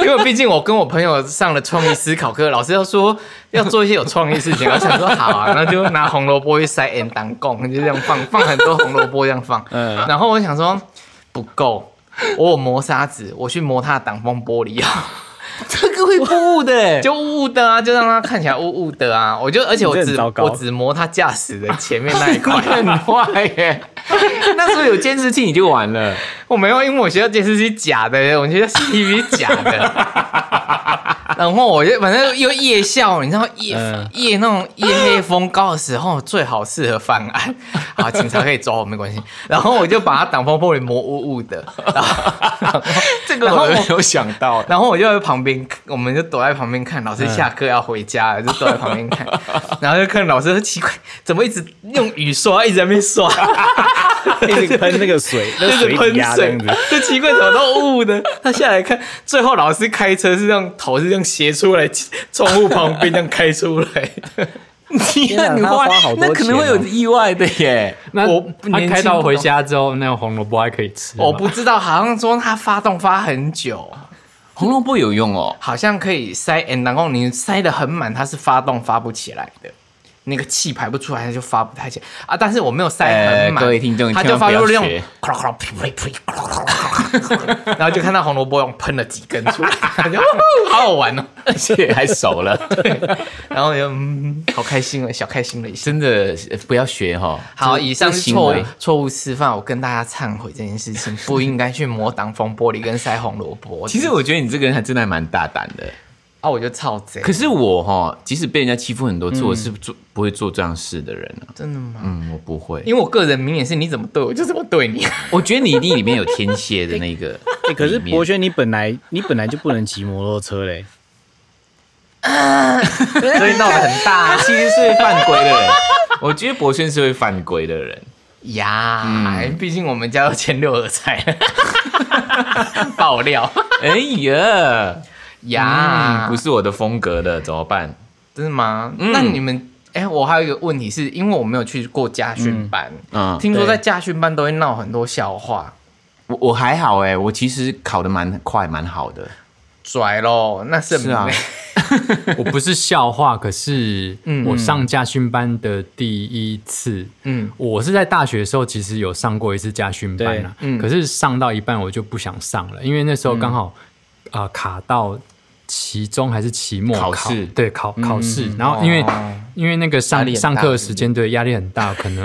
Speaker 3: 因为毕竟我跟我朋友上了创意思考课，老师要说要做一些有创意的事情，我想说好啊，那就拿红萝卜去塞 N 当供，就这样放放很多红萝卜这样放，
Speaker 4: 嗯
Speaker 3: 然后我想说不够，我有磨砂纸，我去磨它的挡风玻璃啊，
Speaker 2: 这个会不的欸就
Speaker 3: 就雾雾的啊，就让它看起来雾雾的啊，我就而且我
Speaker 4: 你这很
Speaker 3: 只
Speaker 4: 糟糕
Speaker 3: 我只磨它驾驶的前面那一 块，
Speaker 2: 很坏耶。那时候有哎监视器你就完了，
Speaker 3: 我没有，因为我学校电视机假的，我学校 CCTV 是假的。 然后我就反正又夜校，你知道夜、
Speaker 4: 嗯
Speaker 3: 夜那种夜黑风高的时候，最好适合犯 案。好，警察可以抓我没关系。然后我就把它挡风玻璃磨雾雾 的。然后
Speaker 2: 这
Speaker 3: 然后我
Speaker 2: 有想到。
Speaker 3: 然后我就在旁边，我们就躲在旁边看老师下课要回家了，就躲在旁边 看，然后就看老师说奇怪，怎么一直用雨刷一直在那边刷。
Speaker 4: 一直喷那个水，那
Speaker 3: 就是
Speaker 4: 水
Speaker 3: 喷
Speaker 4: 压这
Speaker 3: 水
Speaker 4: 样子，，
Speaker 3: 就奇怪怎么都雾的。他下来看，最后老师开车是让头是这样斜出来，窗户旁边这样开出 来。
Speaker 2: 你
Speaker 4: 天哪
Speaker 2: 看你
Speaker 4: 他
Speaker 2: 花
Speaker 4: 花好多
Speaker 2: 那可能会
Speaker 4: 钱哦
Speaker 2: 有意外的耶。
Speaker 5: 那
Speaker 3: 我
Speaker 5: 他
Speaker 3: 年轻
Speaker 5: 开
Speaker 3: 不
Speaker 5: 到
Speaker 3: 懂
Speaker 5: 回家之后，那个红萝卜还可以吃吗。
Speaker 3: 我不知道，好像说他发动发很久，
Speaker 2: 红萝卜有用哦，
Speaker 3: 好像可以塞，然后你塞的很满，它是发动发不起来的。那个气排不出来，它就发不太起来啊！但是我没有塞很满，
Speaker 2: 哎各位听众
Speaker 3: 它就发出
Speaker 2: 千万不
Speaker 3: 那
Speaker 2: 要
Speaker 3: 种
Speaker 2: 学
Speaker 3: 咔啦咔啦噗噗噗噗噗然后就看到红萝卜用喷了几根出来，就好好玩哦。
Speaker 2: 而且还熟 了，
Speaker 3: 然后就嗯，好开心了，小开心了一 下。
Speaker 2: 真的呃不要学哈。
Speaker 3: 好，
Speaker 2: 这
Speaker 3: 以上
Speaker 2: 这
Speaker 3: 是
Speaker 2: 行啊
Speaker 3: 错误
Speaker 2: 为
Speaker 3: 错误示范，我跟大家忏悔这件事情，不应该去磨挡风玻璃跟塞红萝卜。
Speaker 2: 其实我觉得你这个人还真的还蛮大胆的。
Speaker 3: 啊，我就操贼，
Speaker 2: 可是我哈，即使被人家欺负很多次，我是做不会做这样事嗯的人啊。
Speaker 3: 真的吗？
Speaker 2: 嗯，我不会，
Speaker 3: 因为我个人明眼是，你怎么对我就怎么对你。啊
Speaker 2: 我觉得你一定里面有天蝎的那个
Speaker 4: 欸。可是
Speaker 2: 里面
Speaker 4: 博轩，你本来你本来就不能骑摩托车嘞，
Speaker 3: 所以闹得很大
Speaker 2: 他其实是会犯规的人。我觉得博轩是会犯规的人，
Speaker 3: 呀，毕竟我们家要签六合彩， 爆料
Speaker 2: 哎呀，
Speaker 3: 呀
Speaker 2: 嗯，不是我的风格的，怎么办？
Speaker 3: 真的吗？那你们，哎，我还有一个问题是，因为我没有去过家训班，
Speaker 2: 嗯，
Speaker 3: 听说
Speaker 4: 对
Speaker 3: 在家训班都会闹很多笑话。
Speaker 2: 我我还好哎、我其实考的蛮快，蛮好的。
Speaker 3: 拽喽，那是
Speaker 2: 是啊
Speaker 5: 我不是笑话，可是我上家训班的第一次，
Speaker 3: 嗯
Speaker 5: 嗯，我是在大学的时候其实有上过一次家训班啊，
Speaker 3: 对嗯
Speaker 5: 可是上到一半我就不想上了，因为那时候刚好啊、呃卡到期中还是期末
Speaker 2: 考
Speaker 5: 考，嗯
Speaker 2: 试
Speaker 5: 对考考试，然后因为、
Speaker 3: 哦
Speaker 5: 因为那个
Speaker 3: 压
Speaker 5: 上
Speaker 3: 力很大
Speaker 5: 上课时间对压力很大，可能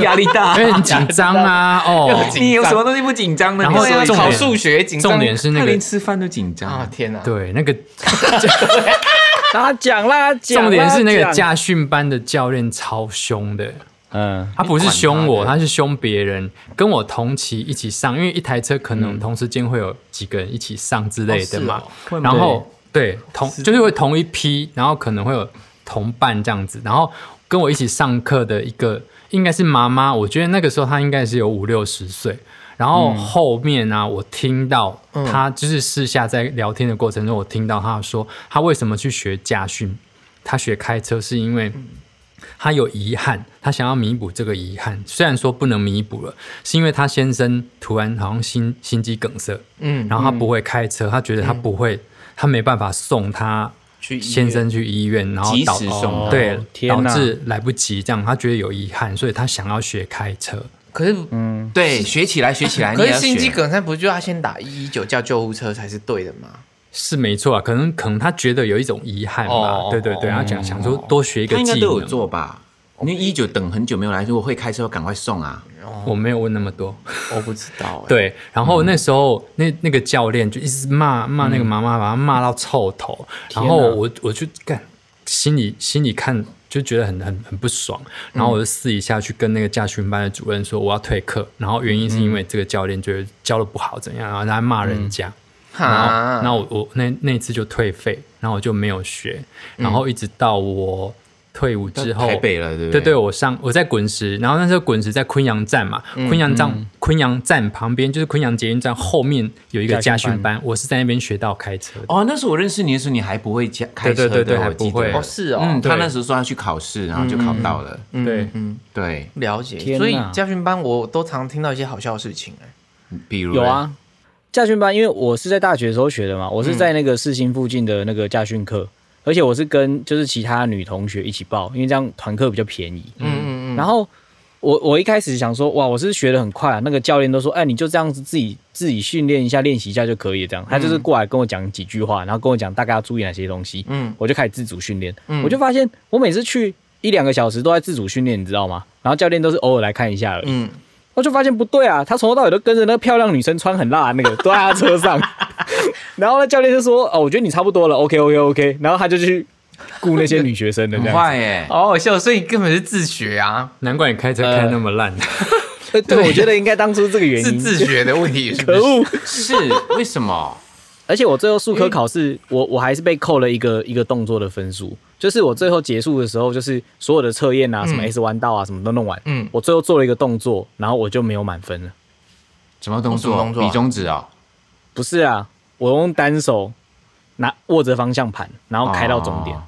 Speaker 2: 压力大
Speaker 5: 因为很紧张啊，哦，
Speaker 2: 你有什么东西不紧张的？
Speaker 5: 然后
Speaker 2: 你说一
Speaker 5: 重
Speaker 2: 下
Speaker 5: 点
Speaker 3: 考数学紧张，
Speaker 5: 重点是那
Speaker 2: 他
Speaker 5: 个
Speaker 2: 连吃饭都紧张
Speaker 3: 啊，天哪，
Speaker 5: 对那个
Speaker 4: 他讲啦，讲啦
Speaker 5: 重点是那个
Speaker 4: 讲
Speaker 5: 家训班的教练超凶的。
Speaker 4: 嗯，
Speaker 5: 他不是凶我，
Speaker 2: 你管他
Speaker 5: 他是凶别人，跟我同期一起上，因为一台车可能同时间会有几个人一起上之类的嘛。
Speaker 3: 哦
Speaker 5: 然后对同就是会同一批，然后可能会有同伴这样子，然后跟我一起上课的一个应该是妈妈，我觉得那个时候她应该是有五六十岁。然后后面呢、啊我听到她就是私下在聊天的过程中，我听到她说她为什么去学驾训，她学开车是因为。他有遗憾，他想要弥补这个遗憾。虽然说不能弥补了，是因为他先生突然好像心心肌梗塞，
Speaker 3: 嗯
Speaker 5: 嗯，然后他不会开车，他觉得他不会，他没办法送他
Speaker 2: 去
Speaker 5: 先生去医院，然后
Speaker 2: 及
Speaker 5: 导
Speaker 2: 时送哦到
Speaker 5: 对，
Speaker 4: 天
Speaker 5: 导
Speaker 4: 哪
Speaker 5: 致来不及，这样他觉得有遗憾，所以他想要学开车。
Speaker 3: 可是
Speaker 2: 对，学起来，学起来。
Speaker 3: 可
Speaker 2: 你
Speaker 3: 是
Speaker 2: 要学
Speaker 3: 心肌梗塞不是就要先打一一九叫救护车才是对的吗？
Speaker 5: 是没错啊，可能可能他觉得有一种遗憾吧，
Speaker 3: 哦
Speaker 5: 对对对，
Speaker 3: 哦
Speaker 5: 他想想说多学一个
Speaker 2: 他应该
Speaker 5: 技
Speaker 2: 都有
Speaker 5: 能，
Speaker 2: 做吧？因为一九等很久没有来，如果会开车，我赶快送啊。
Speaker 5: 我没有问那么多。
Speaker 3: 我不知道、欸。
Speaker 5: 对，然后那时候、
Speaker 2: 嗯
Speaker 5: 那那个教练就一直骂骂那个妈妈，把她骂到臭头。
Speaker 2: 嗯
Speaker 5: 然后我我就干，心里心里看就觉得很很很不爽。然后我就私底下去跟那个驾训班的主任说我要退课，然后原因是因
Speaker 2: 嗯
Speaker 5: 为这个教练觉得教的不好怎样，然后他还骂人家。
Speaker 2: 嗯
Speaker 5: 然后，
Speaker 3: 哈
Speaker 2: 啊
Speaker 5: 然后我我那那一次就退费，然后我就没有学，然后一直到我退伍之后，
Speaker 2: 嗯台北了，对不
Speaker 5: 对
Speaker 2: 对？
Speaker 5: 对，我上我在滚石，然后那时候滚石在昆阳站嘛，
Speaker 3: 嗯
Speaker 5: 昆阳站、昆阳站旁边就是昆阳捷运站后面有一个
Speaker 4: 驾
Speaker 5: 家
Speaker 4: 训
Speaker 5: 训班，我是在那边学到开车的。
Speaker 2: 哦，那时候我认识你的时候，你还不会驾开车的，
Speaker 5: 对对对
Speaker 2: 我
Speaker 5: 还
Speaker 2: 记得
Speaker 5: 不会
Speaker 3: 哦，是哦，
Speaker 2: 嗯，
Speaker 5: 对
Speaker 2: 他那时候说要去考试，然后就考到了。
Speaker 3: 嗯
Speaker 5: 对
Speaker 3: 嗯，
Speaker 2: 对，
Speaker 3: 了解。
Speaker 4: 天
Speaker 3: 所以
Speaker 4: 哪
Speaker 3: 家训班我都常听到一些好笑的事情、欸，
Speaker 2: 比如
Speaker 4: 有，啊，驾训班，因为我是在大学的时候学的嘛，我是
Speaker 3: 嗯
Speaker 4: 在那个世新附近的那个驾训课，而且我是跟就是其他女同学一起报，因为这样团课比较便宜。
Speaker 3: 嗯嗯嗯，
Speaker 4: 然后我我一开始想说，哇，我是学的很快、啊，那个教练都说，哎，你就这样子自己自己训练一下，练习一下就可以了。这样，他就是过来跟我讲几句话，然后跟我讲大概要注意哪些东西。
Speaker 3: 嗯
Speaker 4: 我就开始自主训练，
Speaker 3: 嗯
Speaker 4: 我就发现我每次去一两个小时都在自主训练，你知道吗？然后教练都是偶尔来看一下而已。
Speaker 3: 嗯，
Speaker 4: 我就发现不对啊，他从头到尾都跟着那个漂亮女生穿很辣的那个，都在他车上。然后呢，教练就说：“哦，我觉得你差不多了，OK OK OK。”然后他就去雇那些女学生的这
Speaker 2: 很
Speaker 4: 样。
Speaker 2: 坏耶。
Speaker 3: 好好哦笑，所以你根本是自 学啊，
Speaker 5: 难怪你开车开那么烂，
Speaker 4: 呃对，我觉得应该当初这个原
Speaker 3: 是
Speaker 4: 因。
Speaker 3: 自学的问题，是不
Speaker 4: 可
Speaker 3: 是？
Speaker 4: 恶！
Speaker 2: 是为什么？
Speaker 4: 而且我最后数科考试，我我还是被扣了一个一个动作的分数，就是我最后结束的时候，就是所有的测验啊，什么 S 弯道啊，什么都弄完，
Speaker 3: 嗯
Speaker 4: 我最后做了一个动作，然后我就没有满分了。
Speaker 2: 什么动
Speaker 3: 哦什么
Speaker 2: 作？
Speaker 3: 动作啊
Speaker 2: 比中指哦。
Speaker 4: 不是啊，我用单手拿握着方向盘，然后开到终点，
Speaker 2: 哦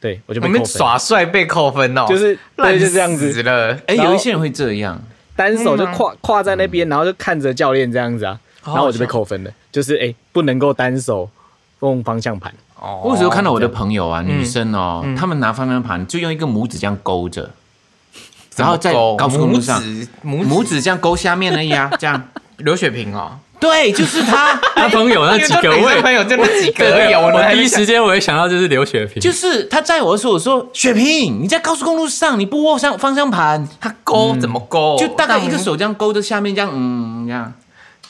Speaker 4: 对我就
Speaker 3: 你
Speaker 4: 被扣
Speaker 3: 们
Speaker 4: 分。
Speaker 3: 耍帅被扣分哦，
Speaker 4: 就是
Speaker 3: 烂
Speaker 4: 对就这样子
Speaker 3: 死了。
Speaker 2: 哎，
Speaker 4: 然后
Speaker 2: 有一些人会这样，
Speaker 4: 单手就跨跨在那边，然后就看着教练这样子啊，然后我就被扣分了，就是哎、诶不能够单手用方向盘，
Speaker 3: 哦
Speaker 2: 我有时候看到我的朋友啊，女生哦
Speaker 3: 嗯，
Speaker 2: 她们拿方向盘就用一个拇指这样勾着，
Speaker 3: 怎
Speaker 2: 然
Speaker 3: 么
Speaker 2: 后在
Speaker 3: 勾
Speaker 2: 高速公路上，
Speaker 3: 拇指
Speaker 2: 拇
Speaker 3: 拇指
Speaker 2: 指这样勾下面而已啊，这样。
Speaker 3: 刘雪萍哦，
Speaker 2: 对，就是他，
Speaker 5: 他朋友那几个
Speaker 3: 因为都女
Speaker 5: 位
Speaker 3: 生朋友就那几个而已，
Speaker 5: 对，
Speaker 3: 我
Speaker 5: 我
Speaker 3: 能
Speaker 5: 第一时间我也想到就是刘雪萍，
Speaker 2: 就是他载我的时候，我说雪萍，你在高速公路上你不握上方向盘，
Speaker 3: 他勾怎么勾？
Speaker 2: 就大概一个，手这样勾着下面这样，嗯，这样，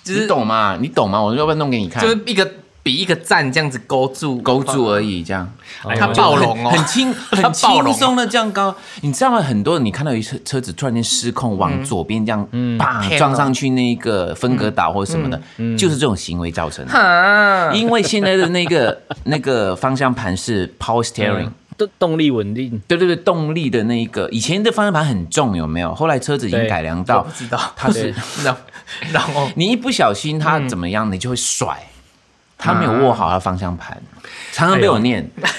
Speaker 3: 就是
Speaker 2: 你懂吗？你懂吗？我要不要弄给你看？
Speaker 3: 就是一个比一个赞这样子勾住，哦
Speaker 2: 勾住而已，这样。
Speaker 5: 哎呦
Speaker 3: 他暴龙哦
Speaker 2: 很 轻，
Speaker 3: 他
Speaker 2: 很
Speaker 3: 暴龙
Speaker 2: 轻松的这样高，你知道吗？很多人你看到一车车子突然间失控，往左边这样嗯啪嗯
Speaker 3: 偏了
Speaker 2: 撞上去，那个分隔岛或者什么的，就是这种行为造成的。
Speaker 3: 啊，
Speaker 2: 因为现在的那个 那个方向盘是 power steering，
Speaker 4: 动动力稳定，
Speaker 2: 对对对，动力的那一个，以前的方向盘很重，有没有？后来车子已经
Speaker 4: 对
Speaker 2: 改良到
Speaker 3: 不，知道
Speaker 2: 它 是
Speaker 3: 然后然后
Speaker 2: 你一不小心它
Speaker 3: 嗯
Speaker 2: 怎么样，你就会甩。他没有握好他方向盘，常常被我念。
Speaker 3: 哎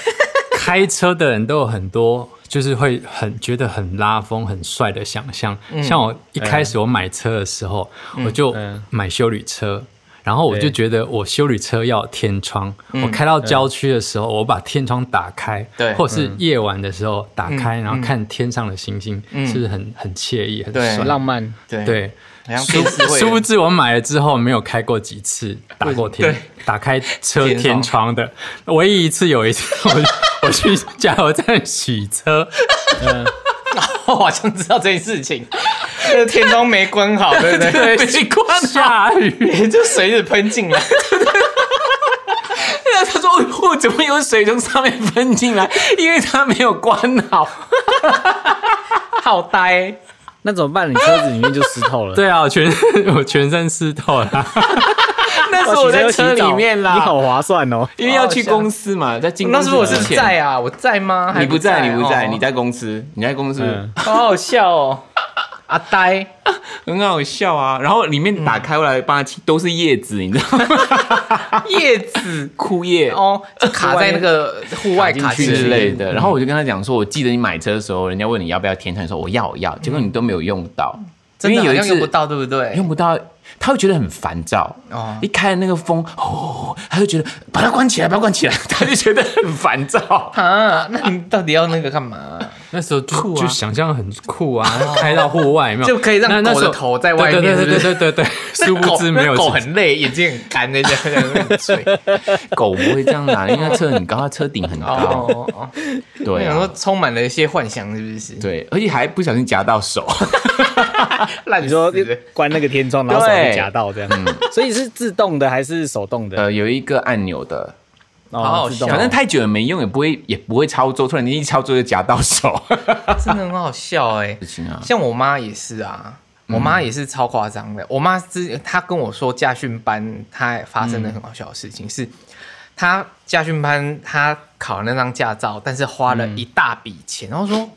Speaker 5: 开车的人都有很多，就是会很觉得很拉风、很帅的想象。
Speaker 3: 嗯
Speaker 5: 像我一开始我买车的时候，我就
Speaker 4: 嗯
Speaker 5: 买修旅车。然后我就
Speaker 4: 对
Speaker 5: 觉得我修旅车要有天窗，我开到郊区的时候，我把天窗打开，
Speaker 3: 嗯对嗯
Speaker 5: 或是夜晚的时候打开，然后看天上的星星，是不是很很惬意、很
Speaker 3: 对
Speaker 5: 爽？
Speaker 4: 浪漫。
Speaker 3: 对，
Speaker 5: 对，
Speaker 3: 好像
Speaker 5: 殊
Speaker 3: 电视会
Speaker 5: 殊不知我买了之后没有开过几次，打过天
Speaker 3: 对
Speaker 5: 打开车
Speaker 3: 天窗
Speaker 5: 天窗的，唯一一次有一次我我去加油站洗车，
Speaker 3: 我好像知道这件事 情，那个天窗没关好，对不对？
Speaker 5: 对，没关下雨，
Speaker 3: 也就水子喷进来，
Speaker 2: 他说：“我怎么有水从上面喷进来？因为他没有关好。
Speaker 3: 好呆。
Speaker 4: 那怎么办？你车子里面就湿透了。
Speaker 5: 对啊，我全 我全身湿透了，
Speaker 2: 那时
Speaker 4: 哇，
Speaker 2: 候我
Speaker 4: 洗
Speaker 2: 在
Speaker 4: 车
Speaker 2: 车
Speaker 4: 洗澡
Speaker 2: 里面
Speaker 4: 你
Speaker 2: 啦，
Speaker 4: 好划算哦。
Speaker 2: 因为要去公司嘛，在进
Speaker 3: 哦那
Speaker 2: 公
Speaker 3: 时
Speaker 2: 司
Speaker 3: 候我
Speaker 2: 之
Speaker 3: 是
Speaker 2: 前
Speaker 3: 在啊，我在吗？还
Speaker 2: 你不在，你不在，
Speaker 3: 哦
Speaker 2: 你在公司，你在公司，
Speaker 4: 嗯
Speaker 3: 好好笑哦，阿呆。
Speaker 2: 很好笑啊。然后里面打开来，把都是叶子，你知道 吗？
Speaker 3: 叶子
Speaker 2: 枯叶
Speaker 3: 哦，嗯就卡在那个户外卡进去
Speaker 2: 之类的。然后我就跟他讲说，我记得你买车的时候，人家问你要不要天窗，你说我要我要，结果你都没有用到，
Speaker 3: 真的
Speaker 2: 因为
Speaker 3: 好
Speaker 2: 有一
Speaker 3: 像
Speaker 2: 次
Speaker 3: 用不到，对不对？
Speaker 2: 用不到，他会觉得很烦躁。
Speaker 3: 哦
Speaker 2: 哎哦，一开了那个风，哦，他就觉得把它关起来，把它关起来， 他就觉得很烦躁。
Speaker 3: 啊，那你到底要那个干嘛、
Speaker 5: 那时候就、就想象很酷啊，开到户外有没有
Speaker 3: 就可以让
Speaker 5: 那那
Speaker 3: 狗的
Speaker 5: 时候
Speaker 3: 头在外面
Speaker 5: 对
Speaker 3: 是
Speaker 5: 对
Speaker 3: 不
Speaker 5: 对
Speaker 3: 是
Speaker 5: 对对对对，殊不知没有
Speaker 3: 那狗
Speaker 5: 其
Speaker 3: 很累，眼睛很干，在 这样在那边睡。
Speaker 2: 狗不会这样啦，因为它车很高，它车顶
Speaker 5: 啊
Speaker 2: 很高。
Speaker 3: 哦，哦我
Speaker 2: 对
Speaker 3: 想
Speaker 2: 啊
Speaker 3: 说，充满了一些幻想，是不是？
Speaker 2: 对，而且还不小心夹到手。
Speaker 3: 烂
Speaker 4: 你
Speaker 3: 死
Speaker 4: 说
Speaker 3: 了，
Speaker 4: 关那个天窗，然后手会夹到这样，所以是自动的还是手动的？
Speaker 2: 呃，有一个按钮的，
Speaker 4: 哦
Speaker 3: 好好
Speaker 4: 自动
Speaker 3: 笑
Speaker 4: 的
Speaker 2: 反正太久也没用，也不会也不会操作，突然间一操作就夹到手。
Speaker 3: 真的很好笑哎、
Speaker 2: 事情啊，
Speaker 3: 像我妈也是啊，
Speaker 5: 嗯
Speaker 3: 我妈也是超夸张的。我妈之她跟我说驾训班她发生的很好笑的事情、是，她驾训班她考那张驾照，但是花了
Speaker 5: 嗯
Speaker 3: 一大笔钱。然后说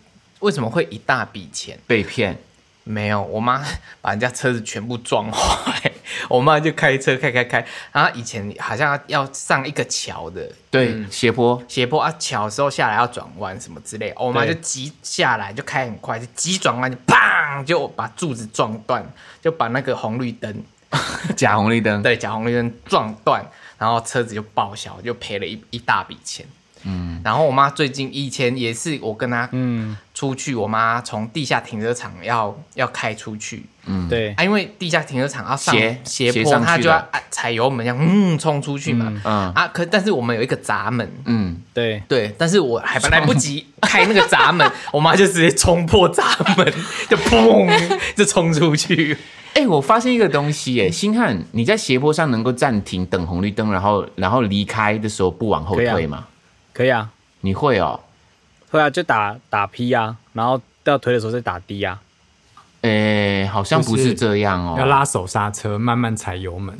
Speaker 3: 为什么会一大笔钱？
Speaker 2: 被骗。
Speaker 3: 没有，我妈 把人家车子全部撞坏， 我妈就开车开开开，然后以前好像要上一个桥的，
Speaker 2: 对，斜坡
Speaker 3: 斜坡啊，桥的时候下来要转弯什么之类，我妈就急下来就开很快，就急转弯就砰就把柱子撞断，就把那个红绿灯
Speaker 2: 假红绿灯，
Speaker 3: 对假红绿灯撞断，然后车子就报销，就赔了一一大笔钱。嗯，然后我妈最近以前也是我跟她嗯出去，我妈从地下停车场要要开出去，
Speaker 4: 对
Speaker 3: 啊，因为地下停车场要上
Speaker 2: 斜
Speaker 3: 斜
Speaker 2: 斜
Speaker 3: 坡，
Speaker 2: 上去
Speaker 3: 它就
Speaker 2: 了
Speaker 3: 要按踩油门这样嗯冲出去嘛，
Speaker 2: 嗯
Speaker 3: 啊可但是我们有一个闸门，
Speaker 2: 嗯，
Speaker 4: 对，
Speaker 3: 对，但是我还来不及 开那个闸门，我妈就直接冲破闸门，就砰就冲出去。
Speaker 2: 哎、我发现一个东西耶，星汉，你在斜坡上能够暂停等红绿灯，然后然后离开的时候不往后
Speaker 4: 可以啊
Speaker 2: 退吗？
Speaker 4: 可以啊，
Speaker 2: 你会哦，
Speaker 4: 会啊，就打打 P 啊，然后掉腿的时候再打 D 啊，
Speaker 2: 诶、好像不是这样哦。
Speaker 5: 要拉手刹车，慢慢踩油门。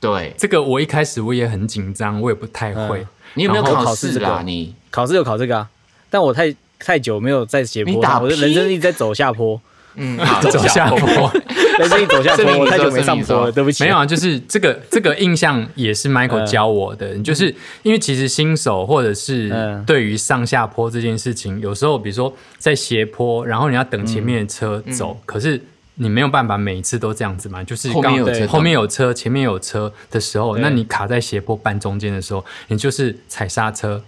Speaker 2: 对，
Speaker 5: 这个我一开始我也很紧张，我也不太会。
Speaker 4: 嗯
Speaker 2: 你有没有
Speaker 5: 然后
Speaker 2: 考
Speaker 4: 考试
Speaker 2: 试
Speaker 4: 这
Speaker 2: 啦？
Speaker 4: 个
Speaker 2: 你
Speaker 4: 考试有考这个啊，但我太太久没有在斜
Speaker 2: 你
Speaker 4: 坡
Speaker 2: 打
Speaker 4: 上，我的
Speaker 2: P？
Speaker 4: 人生一直在走下坡，
Speaker 3: 嗯，
Speaker 5: 走下坡，
Speaker 4: 人生一直走下
Speaker 2: 证
Speaker 4: 坡，
Speaker 2: 明你
Speaker 4: 我太久
Speaker 2: 说
Speaker 4: 没
Speaker 2: 证
Speaker 4: 上
Speaker 2: 明你
Speaker 4: 坡了，
Speaker 2: 说
Speaker 4: 对不起。
Speaker 5: 没有啊，就是这个 这个印象也是 Michael
Speaker 4: 嗯
Speaker 5: 教我的，就是因为其实新手或者是
Speaker 4: 嗯
Speaker 5: 对于上下坡这件事情，有时候比如说在斜坡，然后你要等前面的车
Speaker 2: 嗯
Speaker 5: 走，可是。你没有办法每一次都这样子嘛，就是
Speaker 2: 后面
Speaker 5: 刚
Speaker 2: 有
Speaker 5: 对
Speaker 2: 车
Speaker 5: 后面有车，前面有车的时候，
Speaker 4: 对
Speaker 5: 那你卡在斜坡半中间的时候，你就是踩刹车，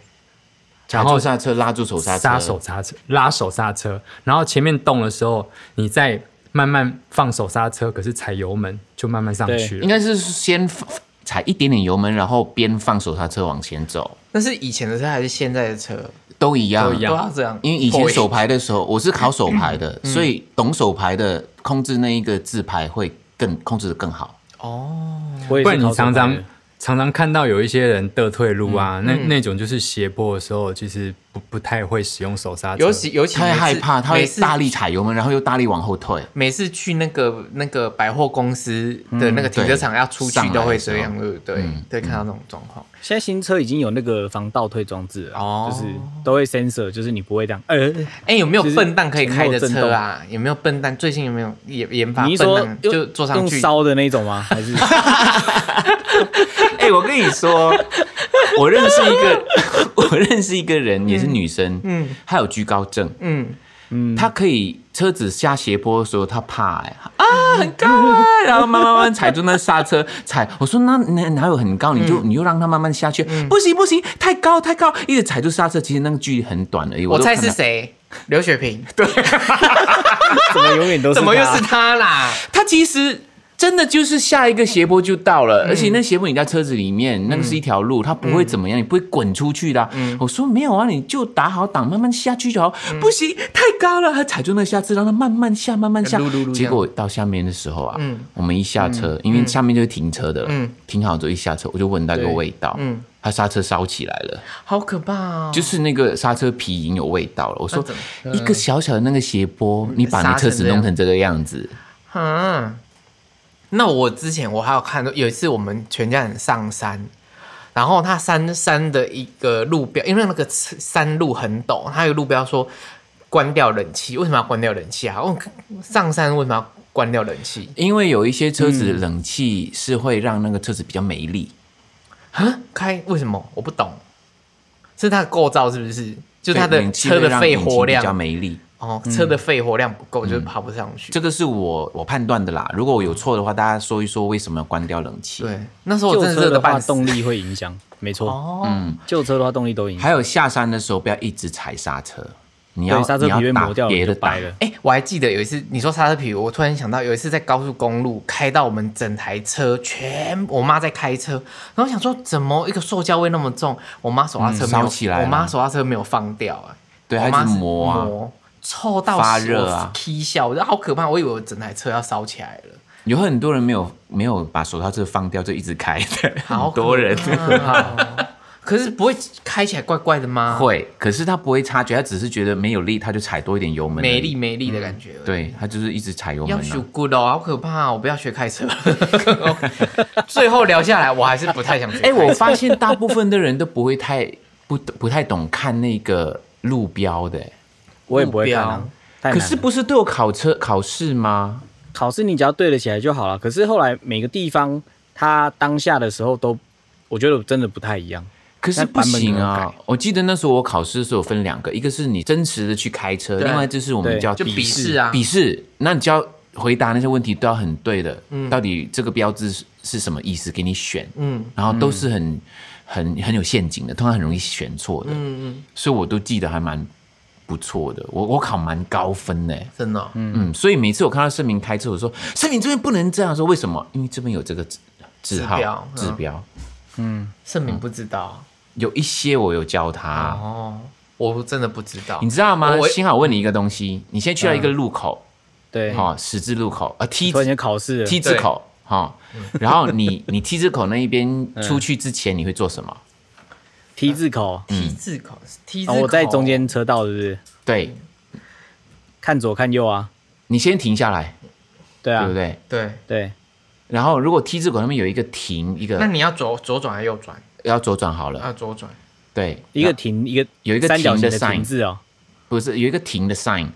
Speaker 2: 然后刹车拉住手刹车，
Speaker 5: 刹手刹车，拉手刹车，然后前面动的时候，你再慢慢放手刹车，可是踩油门就慢慢上
Speaker 4: 对
Speaker 5: 去了。
Speaker 2: 应该是先放踩一点点油门，然后边放手刹车往前走，
Speaker 3: 那是以前的车还是现在的车？
Speaker 2: 都一样，
Speaker 5: 都一样
Speaker 3: 都要这样，
Speaker 2: 因为以前
Speaker 3: 会
Speaker 2: 手牌的时候，我是考手牌的，
Speaker 5: 嗯
Speaker 2: 所以懂手牌的控制那一个字牌会更控制的更好。
Speaker 3: 哦，
Speaker 4: 我也
Speaker 5: 不
Speaker 4: 是
Speaker 5: 然你
Speaker 4: 考手
Speaker 5: 常
Speaker 4: 牌
Speaker 5: 常
Speaker 4: 的
Speaker 5: 常常看到有一些人得退路
Speaker 3: 嗯
Speaker 5: 啊，那那种就是斜坡的时候，其实不不太会使用手刹车。
Speaker 3: 尤其尤其
Speaker 2: 他会
Speaker 3: 每次
Speaker 2: 害怕，他会
Speaker 3: 每次
Speaker 2: 大力踩油门，然后又大力往后退。
Speaker 3: 每次去那个那个百货公司的那个停车场要出去
Speaker 2: 嗯上来
Speaker 3: 都会
Speaker 2: 的时
Speaker 3: 这
Speaker 2: 候
Speaker 3: 样，对不对
Speaker 2: 嗯？
Speaker 3: 对，看到那种状况，
Speaker 4: 现在新车已经有那个防倒退装置了，
Speaker 3: 哦
Speaker 4: 就是都会 sensor，就是你不会这样，呃，
Speaker 3: 哎，有没有
Speaker 4: 就是
Speaker 3: 笨蛋可以开的
Speaker 4: 前后震
Speaker 3: 车啊？有没有笨蛋？最近有没有研研发
Speaker 4: 你
Speaker 3: 笨
Speaker 4: 一说
Speaker 3: 蛋
Speaker 4: 用
Speaker 3: 就坐上
Speaker 4: 用
Speaker 3: 去？
Speaker 4: 烧的那种 吗？还是
Speaker 2: 哎、我跟你说，我认识一个，我认识一个人，也是女生，嗯，她有居高症，
Speaker 3: 嗯，
Speaker 2: 她可以车子下斜坡的时候，她怕哎、啊很高哎、 然后慢慢慢踩住那刹车踩，我说那哪哪有很高，你就、你就让她慢慢下去，不行不行，太高太高，一直踩住刹车，其实那个距离很短而已。
Speaker 3: 我
Speaker 2: 都
Speaker 3: 猜
Speaker 2: 看
Speaker 3: 是
Speaker 2: 她，
Speaker 3: 谁？刘雪 萍。对，
Speaker 4: 怎么永远都是
Speaker 3: 怎么又
Speaker 4: 它
Speaker 3: 是他啦？
Speaker 2: 她其实。真的就是下一个斜坡就到
Speaker 3: 嗯
Speaker 2: 了，而且那斜坡你在车子里面，那个是一条路，它不会怎么
Speaker 3: 嗯
Speaker 2: 样，你不会滚出去的啊、我说没有啊，你就打好档，慢慢下去就好。
Speaker 3: 嗯
Speaker 2: 不行，太高了，他踩住那个下次，让它慢慢下，慢慢下。
Speaker 3: 噜噜噜
Speaker 2: 结果到下面的时候啊，
Speaker 3: 嗯
Speaker 2: 我们一下车，因为下面就是停车的，
Speaker 3: 嗯
Speaker 2: 停好之后一下车，我就闻到一个
Speaker 4: 对
Speaker 2: 味道，
Speaker 3: 嗯
Speaker 2: 他刹车烧起来了。
Speaker 3: 好可怕哦！
Speaker 2: 就是那个刹车皮已经有味道了。我说
Speaker 3: 那怎么，嗯
Speaker 2: 一个小小的那个斜坡，你把你车子弄成这个样子，
Speaker 3: 啊，那我之前我还有看到有一次我们全家人上山，然后他山山的一个路标，因为那个山路很陡，他有路标说关掉冷气，为什么要关掉冷气啊？我上山为什么要关掉冷气？
Speaker 2: 因为有一些车子
Speaker 3: 嗯
Speaker 2: 冷气是会让那个车子比较没力。
Speaker 3: 啊，开为什么？我不懂，是它的构造是不是？就是它的
Speaker 2: 冷气
Speaker 3: 车
Speaker 2: 会
Speaker 3: 的
Speaker 2: 让
Speaker 3: 肺
Speaker 2: 引擎
Speaker 3: 活
Speaker 2: 比较嗯
Speaker 3: 量
Speaker 2: 没力，
Speaker 3: 哦，车的肺活量不够，就是爬不上去。
Speaker 2: 这个是我我判断的啦。如果我有错的话，大家说一说为什么要关掉冷气。，
Speaker 3: 对，那时候我
Speaker 4: 旧
Speaker 3: 真的
Speaker 4: 车
Speaker 3: 热
Speaker 4: 的
Speaker 3: 得
Speaker 4: 话，
Speaker 3: 半死。
Speaker 4: 动力会影响，没错。
Speaker 2: 嗯
Speaker 3: 哦，
Speaker 4: 旧车的话，动力都影
Speaker 2: 还
Speaker 4: 响。
Speaker 2: 有下山的时候不要一直踩刹车，你要
Speaker 4: 对，刹车
Speaker 2: 你要
Speaker 4: 皮被
Speaker 2: 打
Speaker 4: 磨掉
Speaker 2: 别
Speaker 4: 了
Speaker 2: 的
Speaker 4: 就
Speaker 2: 打
Speaker 4: 白了。。
Speaker 3: 哎，我还记得有一次你说刹车皮，我突然想到有一次在高速公路开到我们整台车全，我妈在开车，然后我想说怎么一个塑胶味那么重，我妈手刹车没有，
Speaker 2: 嗯烧起来了
Speaker 3: 我妈手刹车没有放掉啊，
Speaker 2: 对
Speaker 3: 我
Speaker 2: 她
Speaker 3: 妈
Speaker 2: 一直
Speaker 3: 是
Speaker 2: 磨啊
Speaker 3: 磨，臭到
Speaker 2: 发热啊
Speaker 3: 踢笑，我觉得好可怕，我以为我整台车要烧起来了。
Speaker 2: 有很多人没有没有把手刹车放掉，就一直开的，
Speaker 3: 好
Speaker 2: 很多人
Speaker 3: 可怕哦可是不会开起来怪怪的吗？，
Speaker 2: 会，可是他不会察觉，他只是觉得没有力，他就踩多一点油门。
Speaker 3: 没力，没力的感觉。，
Speaker 2: 嗯对他就是一直踩油门、
Speaker 3: 要学
Speaker 2: 啊。
Speaker 3: good 哦，好可怕、哦！我不要学开车。 最后聊下来，我还是不太想学。
Speaker 2: 哎、我发现大部分的人都不会太不不太懂看那个路标的、
Speaker 4: 我也不会看啊
Speaker 3: 目标。
Speaker 4: 太难
Speaker 2: 可
Speaker 4: 了
Speaker 2: 是不是都有考车考试吗？
Speaker 4: 考试你只要对得起来就好了。可是后来每个地方，它当下的时候都，我觉得真的不太一样。
Speaker 2: 可是不行
Speaker 4: 那版本
Speaker 2: 啊
Speaker 4: 可！
Speaker 2: 我记得那时候我考试的时候有分两个，一个是你真实的去开车，
Speaker 3: 对
Speaker 2: 另外就是我们
Speaker 4: 对
Speaker 2: 叫
Speaker 3: 就笔
Speaker 2: 笔
Speaker 3: 试啊
Speaker 2: 笔试，那你就要回答那些问题都要很对的，到底这个标志是是什么意思，给你选，
Speaker 3: 嗯
Speaker 2: 然后都是很、很很有陷阱的，通常很容易选错的，
Speaker 3: 嗯嗯，
Speaker 2: 所以我都记得还蛮不错的，我我考蛮高分的、
Speaker 3: 真的哦、
Speaker 2: 嗯，所以每次我看到盛明开车，我说盛明这边不能这样说，为什么？因为这边有这个字字号
Speaker 3: 指标嗯
Speaker 2: 指标，
Speaker 3: 盛明不知道、
Speaker 2: 有一些我有教他。
Speaker 3: 哦，我真的不知道
Speaker 2: 嗯你。知道吗？
Speaker 3: 我
Speaker 2: 幸好我问你一个东西，你现在去到一个路口，
Speaker 4: 对，
Speaker 2: 哈、十字路口，呃，T
Speaker 4: 嗯突然间嗯考试了
Speaker 2: T 字口，哈、然后 你你 T 字口那一边
Speaker 4: 嗯
Speaker 2: 出去之前，你会做什么？
Speaker 4: T 字口，
Speaker 2: 嗯
Speaker 3: T 字口，T 字
Speaker 4: 然
Speaker 3: 口、
Speaker 4: 哦后我在中间车道是不是？
Speaker 2: 对
Speaker 4: 看左看右啊，
Speaker 2: 你先停下来，
Speaker 4: 对啊，
Speaker 2: 对不对？
Speaker 3: 对。
Speaker 4: 对
Speaker 2: 然后如果 T 字口那边有一个停，一
Speaker 3: 那
Speaker 2: 个
Speaker 3: 你要左左转还是右转？
Speaker 2: 要左转好了，
Speaker 3: 要左转。
Speaker 2: 对，
Speaker 4: 一个停一个
Speaker 2: 有一个
Speaker 4: 嗯三角形
Speaker 2: 停的
Speaker 4: 的
Speaker 2: sign
Speaker 4: 停字哦，
Speaker 2: 不是有一个停的 sign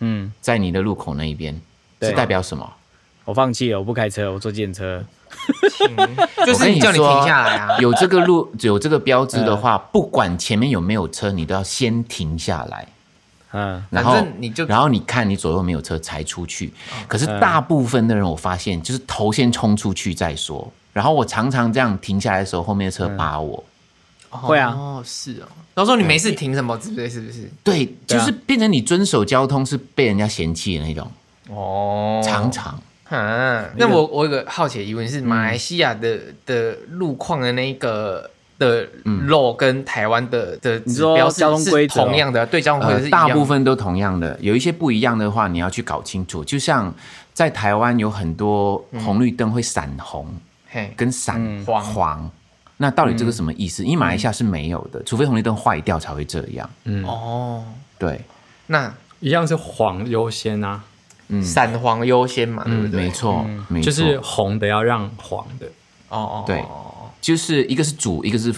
Speaker 4: 嗯，
Speaker 2: 在你的路口那一边，
Speaker 4: 对
Speaker 2: 是代表什么？
Speaker 4: 我放弃了，我不开车，我坐电车，
Speaker 3: 就
Speaker 2: 我跟
Speaker 3: 是你叫你
Speaker 2: 说
Speaker 3: 停下来啊。
Speaker 2: 有这个路有这个标志的
Speaker 3: 嗯
Speaker 2: 话，不管前面有没有车，你都要先停下来。
Speaker 4: 嗯，
Speaker 2: 然
Speaker 3: 反
Speaker 2: 后
Speaker 3: 正你就哦
Speaker 2: 然后你看你左右没有车才出去。可是大部分的人，我发现就是头先冲出去再说。然后我常常这样停下来的时候，后面的车扒我。
Speaker 4: 会啊
Speaker 3: 哦，是哦。然后说你没事停什么之类，是不是？
Speaker 2: 对，就
Speaker 4: 对啊
Speaker 2: 是变成你遵守交通是被人家嫌弃的那种，
Speaker 3: 哦，
Speaker 2: 常常。
Speaker 3: 啊，那我我有个好奇的疑问是，马来西亚的、的路况的那个的肉跟台湾的的指
Speaker 4: 说
Speaker 3: 标是
Speaker 4: 交通规
Speaker 3: 是
Speaker 4: 则哦
Speaker 3: 同样的，对交通规则是
Speaker 2: 呃，
Speaker 3: 一样
Speaker 2: 大
Speaker 3: 的
Speaker 2: 部分都同样的，有一些不一样的话，你要去搞清楚。就像在台湾有很多红绿灯会闪红，
Speaker 3: 嘿
Speaker 2: 跟闪
Speaker 3: 黄
Speaker 2: 黄，那到底这个什么意思？因为马来西亚是没有的，除非红绿灯坏掉才会这样。
Speaker 3: 哦，
Speaker 2: 对，
Speaker 3: 那
Speaker 5: 一样是黄优先啊，
Speaker 3: 闪黄优先嘛，对不对？
Speaker 2: 没错，没
Speaker 5: 嗯
Speaker 2: 错，
Speaker 5: 就是红的要让黄的
Speaker 3: 哦哦，
Speaker 2: 对
Speaker 3: 哦哦
Speaker 2: 就是一个是主，一个是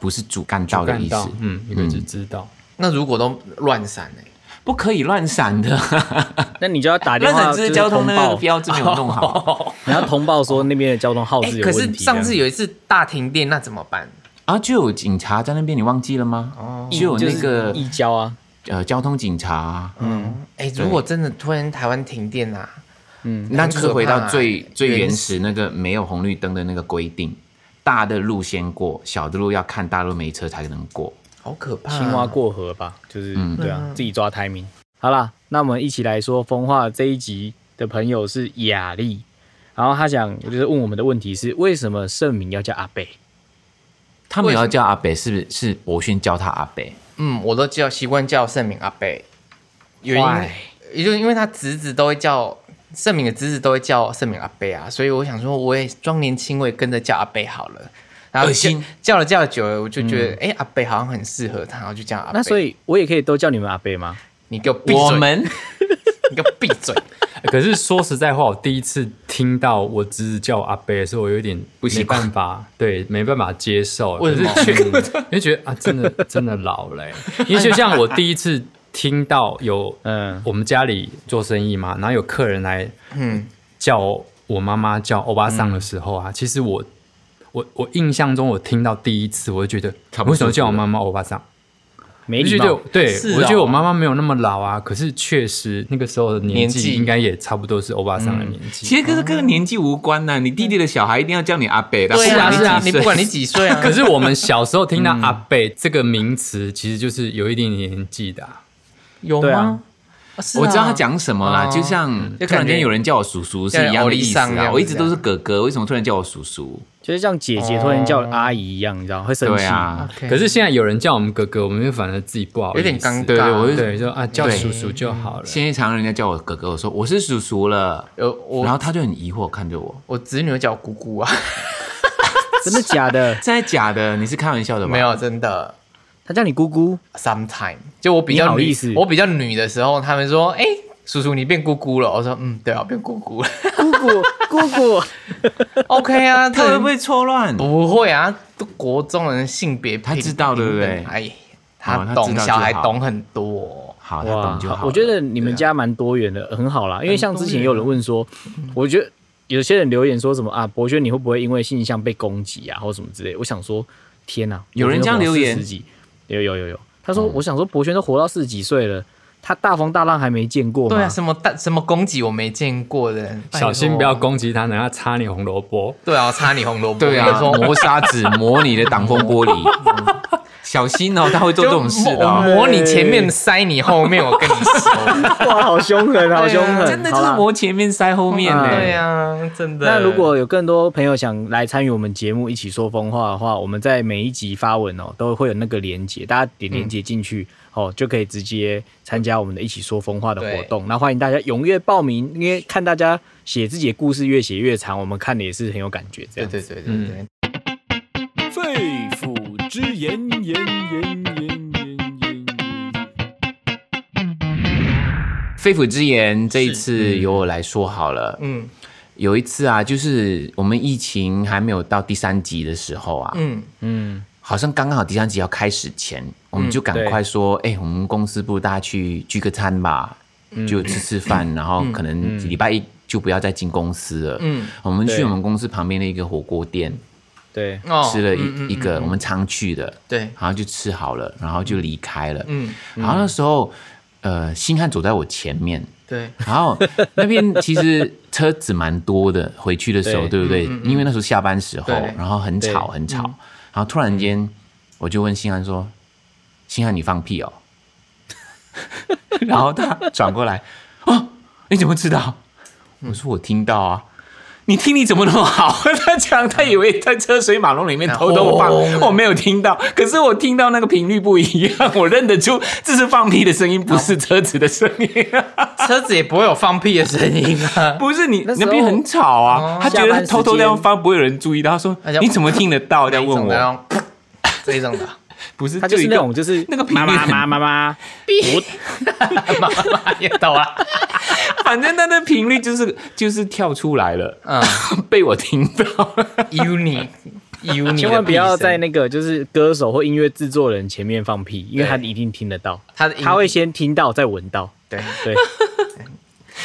Speaker 2: 不是主干道的
Speaker 5: 干
Speaker 2: 意
Speaker 5: 道
Speaker 2: 思，，
Speaker 5: 嗯，一个是知道。
Speaker 3: 那如果都乱闪呢？
Speaker 2: 不可以乱闪的，
Speaker 4: 那你就要打电
Speaker 2: 乱
Speaker 4: 话就
Speaker 2: 闪只
Speaker 4: 是
Speaker 2: 是交
Speaker 4: 通
Speaker 2: 通那个
Speaker 4: 报，
Speaker 2: 标志没有弄好
Speaker 4: 你要通报说那边的交通号
Speaker 3: 哎、
Speaker 4: 哦志有
Speaker 3: 可
Speaker 4: 问题。啊
Speaker 3: 是上次
Speaker 4: 这样
Speaker 3: 有一次大停电，那怎么办？
Speaker 2: 啊，就有警察在那边，你忘记了吗？就有
Speaker 4: 嗯就
Speaker 2: 那
Speaker 4: 是
Speaker 2: 个
Speaker 4: 移交啊，
Speaker 2: 呃交通警察，
Speaker 3: 嗯，哎、如果真的突然台湾停电啊啦、
Speaker 2: 那就是回
Speaker 3: 很可
Speaker 2: 到
Speaker 3: 怕
Speaker 2: 最
Speaker 3: 欸
Speaker 2: 最
Speaker 3: 原
Speaker 2: 原
Speaker 3: 始
Speaker 2: 始那个没有红绿灯的那个规定，大的路先过，小的路要看大路没车才能过。
Speaker 3: 好可怕、啊
Speaker 4: 青蛙，过河吧，就是、
Speaker 2: 嗯
Speaker 4: 对啊，自己抓 timing。好啦，那我们一起来说风化这一集的朋友是雅丽，然后他想就是问我们的问题是为什么盛明要叫阿贝？
Speaker 2: 他们有要叫阿北，是不是？是博勋叫他阿北，
Speaker 3: 嗯，我都叫习惯叫盛明阿贝，原因
Speaker 5: 哎
Speaker 2: Why？
Speaker 3: 也就是因为他侄子都会叫盛明的侄子都会叫盛明阿贝啊，所以我想说我也装年轻，我也跟着叫阿贝好了。然后
Speaker 2: 恶
Speaker 3: 叫
Speaker 2: 心嗯
Speaker 3: 叫了叫了久了，我就觉得哎、诶阿贝好像很适合他，然后就叫阿贝。
Speaker 4: 那所以我也可以都叫你们阿贝吗？
Speaker 3: 你给我闭嘴，
Speaker 2: 我们
Speaker 3: 你给我闭嘴，
Speaker 5: 可是说实在话，我第一次听到我侄子叫我阿贝的时候，我有点
Speaker 2: 不习
Speaker 5: 没
Speaker 2: 惯
Speaker 5: 办法，对，没办法接受。
Speaker 3: 为什么
Speaker 5: 可是觉得 因为觉得啊，真的真的老了欸、因为就像我第一次听到有，
Speaker 4: 嗯
Speaker 5: 嗯，我们家里做生意嘛，然后有客人来，嗯，叫我妈妈叫欧巴桑的时候啊，其实我我我印象中我听到第一次，我就觉得
Speaker 2: 他不
Speaker 5: 为什么
Speaker 2: 舒服
Speaker 5: 叫我妈妈欧巴桑？
Speaker 4: 没
Speaker 5: 就
Speaker 4: 礼
Speaker 5: 觉得
Speaker 4: 貌。
Speaker 5: 对，
Speaker 3: 是
Speaker 5: 我觉得
Speaker 3: 哦
Speaker 5: 我妈妈没有那么老啊，可是确实那个时候的年
Speaker 3: 年
Speaker 5: 纪
Speaker 3: 纪
Speaker 5: 应该也差不多是欧巴桑的年纪。
Speaker 2: 其实跟跟年纪无关呐、你弟弟的小孩一定要叫你阿伯的，
Speaker 3: 对啊，
Speaker 2: 不管你
Speaker 3: 是啊，
Speaker 2: 几
Speaker 3: 你
Speaker 2: 岁
Speaker 3: 不管你几岁啊，
Speaker 5: 可是我们小时候听到阿贝这个名词，其实就是有一点年纪的啊、
Speaker 3: 有
Speaker 4: 对啊
Speaker 3: 吗？啊是啊
Speaker 2: 我知道他讲什么啦，
Speaker 3: 哦
Speaker 2: 就像
Speaker 3: 就
Speaker 2: 突
Speaker 3: 感
Speaker 2: 然间
Speaker 3: 觉
Speaker 2: 有人叫我叔叔是一样的意思
Speaker 3: 像欧丽桑这样
Speaker 2: 啊。
Speaker 3: 子
Speaker 2: 我一直都是哥哥，为什么突然叫我叔叔？
Speaker 4: 就是像姐姐突然叫阿姨一样，你知道会生
Speaker 2: 对
Speaker 4: 气。
Speaker 2: 啊，
Speaker 3: OK
Speaker 5: 可是现在有人叫我们哥哥，我们就反而自己不好意思，
Speaker 3: 有点尴尬。
Speaker 2: 对对我就
Speaker 5: 对，就啊叫
Speaker 2: 对
Speaker 5: 叔叔就好了。
Speaker 2: 现在常人家叫我哥哥，我说我是叔叔了，
Speaker 3: 呃，
Speaker 2: 然
Speaker 3: 我
Speaker 2: 后他就很疑惑看着我，
Speaker 3: 我侄女会叫我姑姑啊，
Speaker 4: 真的假的？
Speaker 2: 真的假的？你是开玩笑的吧？
Speaker 3: 没有真的。
Speaker 4: 她叫你姑姑，
Speaker 3: sometime，就我比较
Speaker 4: 你好
Speaker 3: 女
Speaker 4: 意思
Speaker 3: 我比较女的时候，他们说，哎、叔叔你变姑姑了，我说，嗯，对啊，变姑姑了
Speaker 4: 姑姑，姑 姑，
Speaker 3: ，OK 啊，
Speaker 2: 他会
Speaker 3: 他
Speaker 2: 不
Speaker 3: 们
Speaker 2: 会错乱？
Speaker 3: 不会啊，都国中人性别
Speaker 2: 他
Speaker 3: 平
Speaker 2: 知道
Speaker 3: 平
Speaker 2: 对不
Speaker 3: 等
Speaker 2: 对
Speaker 3: 哎，
Speaker 2: 哦
Speaker 3: 他
Speaker 2: 他
Speaker 3: 懂
Speaker 2: 知道
Speaker 3: 小
Speaker 2: 就
Speaker 3: 孩
Speaker 2: 好
Speaker 3: 懂很多，啊
Speaker 2: 好，他懂就好了。
Speaker 4: 我觉得你们家蛮多元的，很好啦。因为像之前也有人问说，
Speaker 2: 啊
Speaker 4: 我觉得有些人留言说什么啊，博轩你会不会因为性向被攻击啊，或什么之类？我想说，天哪、
Speaker 2: 有人这样留言
Speaker 4: 博轩活到
Speaker 2: 哦
Speaker 4: 40几有有有有，他说、我想说，博轩都活到四十几岁了，他大风大浪还没见过吗？
Speaker 3: 对啊，什么大什么攻击我没见过的，拜
Speaker 5: 小心
Speaker 3: 托
Speaker 5: 不要，攻击他，等下插你红萝卜。
Speaker 3: 对啊，我插你红萝卜，
Speaker 2: 对
Speaker 3: 我跟
Speaker 2: 啊
Speaker 3: 你，说
Speaker 2: 磨砂纸 磨你的挡风玻璃，小心哦，他会做这种事的
Speaker 3: 我
Speaker 2: 哦。
Speaker 3: 磨你前面塞你后面，我跟你说，
Speaker 4: 哇，好凶狠，好凶狠，
Speaker 2: 啊真的就
Speaker 4: 好
Speaker 2: 是
Speaker 4: 啦
Speaker 2: 磨前面塞后面呢、
Speaker 3: 嗯对 啊，真的。
Speaker 4: 那如果有更多朋友想来参与我们节目一起说风话的话，我们在每一集发文哦，都会有那个连接，大家点连接进去、
Speaker 2: 嗯
Speaker 4: 哦，就可以直接参加我们的一起说风话的活动。那欢迎大家踊跃报名，因为看大家写自己的故事越写越长，我们看的也是很有感觉。这样
Speaker 3: 对对对对对，
Speaker 1: 肺腑之言，言言言言言言。
Speaker 2: 肺腑之言，这一次由我来说好了。
Speaker 3: 嗯
Speaker 2: 有一次啊，就是我们疫情还没有到第三级的时候啊，
Speaker 3: 嗯，
Speaker 4: 嗯，
Speaker 2: 好像刚刚好第三集要开始前，我
Speaker 3: 嗯
Speaker 2: 们就赶快说，哎、我们公司不如大家去聚个餐吧，
Speaker 3: 嗯
Speaker 2: 就吃吃饭，然后可能礼拜一就不要再进公司了。
Speaker 3: 嗯
Speaker 2: 嗯，我们去
Speaker 4: 对
Speaker 2: 我们公司旁边的一个火锅店
Speaker 4: 对，
Speaker 3: 哦
Speaker 2: 吃了一、
Speaker 3: 嗯嗯
Speaker 2: 一
Speaker 3: 嗯
Speaker 2: 个我们常去的，
Speaker 3: 对，
Speaker 2: 然后就吃好了，然后就离开了。
Speaker 3: 嗯
Speaker 2: 然后那时候，呃，星汉走在我前面，
Speaker 3: 对，
Speaker 2: 然后那边其实车子蛮多的，回去的时候，
Speaker 4: 对
Speaker 2: 对不对？因为那时候下班时候
Speaker 3: 对，
Speaker 2: 然后很吵
Speaker 4: 对
Speaker 2: 很吵，然后突然间我就问星汉说：“星汉，你放屁哦！” 然后他转过来：“哦，你怎么知道？”我说：“我听到啊。”你听力怎么那么好？ 他讲他以为在车水马龙里面偷偷放，
Speaker 3: 哦
Speaker 2: 我没有听到，可是我听到那个频率不一样，我认得出这是放屁的声音，不是车子的声音。
Speaker 3: 车子也不会有放屁的声音啊。
Speaker 2: 不是你
Speaker 4: 那
Speaker 2: 那
Speaker 4: 时候
Speaker 2: 边很吵啊，
Speaker 3: 哦
Speaker 2: 他觉得他偷偷这样翻不会有人注意到，他说
Speaker 4: 哎
Speaker 3: 他就
Speaker 2: 你怎么听得到？在 问我，
Speaker 3: 我，哦这一种的，
Speaker 2: 不是
Speaker 4: 哦他就是
Speaker 2: 一
Speaker 4: 那
Speaker 2: 个
Speaker 4: 种就是
Speaker 2: 那个频率
Speaker 4: 妈妈
Speaker 2: 很
Speaker 4: 妈妈妈，
Speaker 3: 妈妈也懂啊。
Speaker 2: 反正他的频率就是就是跳出来了，
Speaker 3: 嗯
Speaker 2: 被我听到了。
Speaker 3: ，uni uni，
Speaker 4: 千万不要在那个就是歌手或音乐制作人前面放屁，因为他一定听得到，
Speaker 3: 他的音
Speaker 4: 他会先听到再闻到。
Speaker 3: 对，
Speaker 4: 对，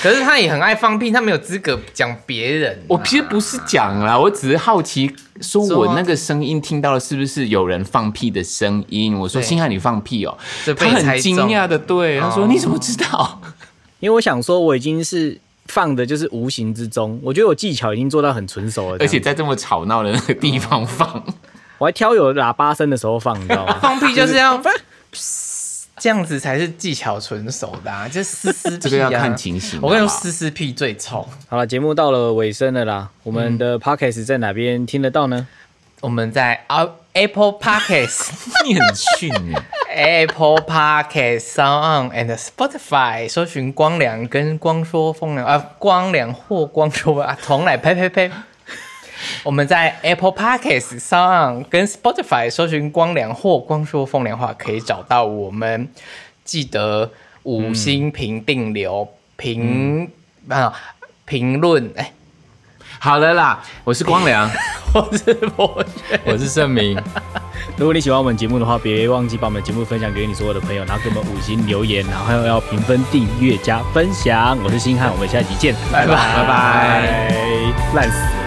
Speaker 3: 可是他也很爱放屁，他没有资格讲别人啊。
Speaker 2: 我其实不是讲啦，我只是好奇，说我那个声音听到了是不是有人放屁的声音？我说
Speaker 3: 对
Speaker 2: 星汉你放屁哦，
Speaker 3: 这
Speaker 2: 他
Speaker 3: 被猜
Speaker 2: 很惊
Speaker 3: 中
Speaker 2: 讶的，对他说
Speaker 3: 哦
Speaker 2: 你怎么知道？
Speaker 4: 因为我想说，我已经是放的，就是无形之中，我觉得我技巧已经做到很纯熟了，
Speaker 2: 而且
Speaker 4: 这样
Speaker 2: 在这么吵闹的那个地方放，
Speaker 4: 我还挑有喇叭声的时候放，你知道 吗？
Speaker 3: 放屁就 是要这样子才是技巧纯熟的，啊，就嘶嘶
Speaker 2: 这
Speaker 3: 屁
Speaker 2: 个
Speaker 3: 啊。
Speaker 2: 要看情形。
Speaker 3: 我跟你
Speaker 2: 好
Speaker 3: 说，
Speaker 2: 不好
Speaker 3: 嘶嘶屁最臭。
Speaker 4: 好了，节目到了尾声了啦，我们
Speaker 3: 嗯
Speaker 4: 的 podcast 在哪边听得到呢？
Speaker 3: 我们在 Apple Podcasts。
Speaker 2: 你很逊欸耶。
Speaker 3: Apple Podcast、Sound On and Spotify 搜寻“光良”跟“光说风凉”啊，“光良”或“光说啊，重来，呸呸呸。我们在 Apple Podcast、Sound On 跟 Spotify 搜寻“光良”或“光说风凉话”，可以找到我们。记得五星评定流评、啊评论，哎、
Speaker 2: 好了啦，我是光良，
Speaker 3: 我是 我
Speaker 5: 我是盛明，
Speaker 4: 如果你喜欢我们节目的话，别忘记把我们的节目分享给你所有的朋友，然后给我们五星留言，然后还有要评分、订阅、加分享。我是星汉，我们下集见，
Speaker 3: 拜拜
Speaker 4: 拜拜，烂死了。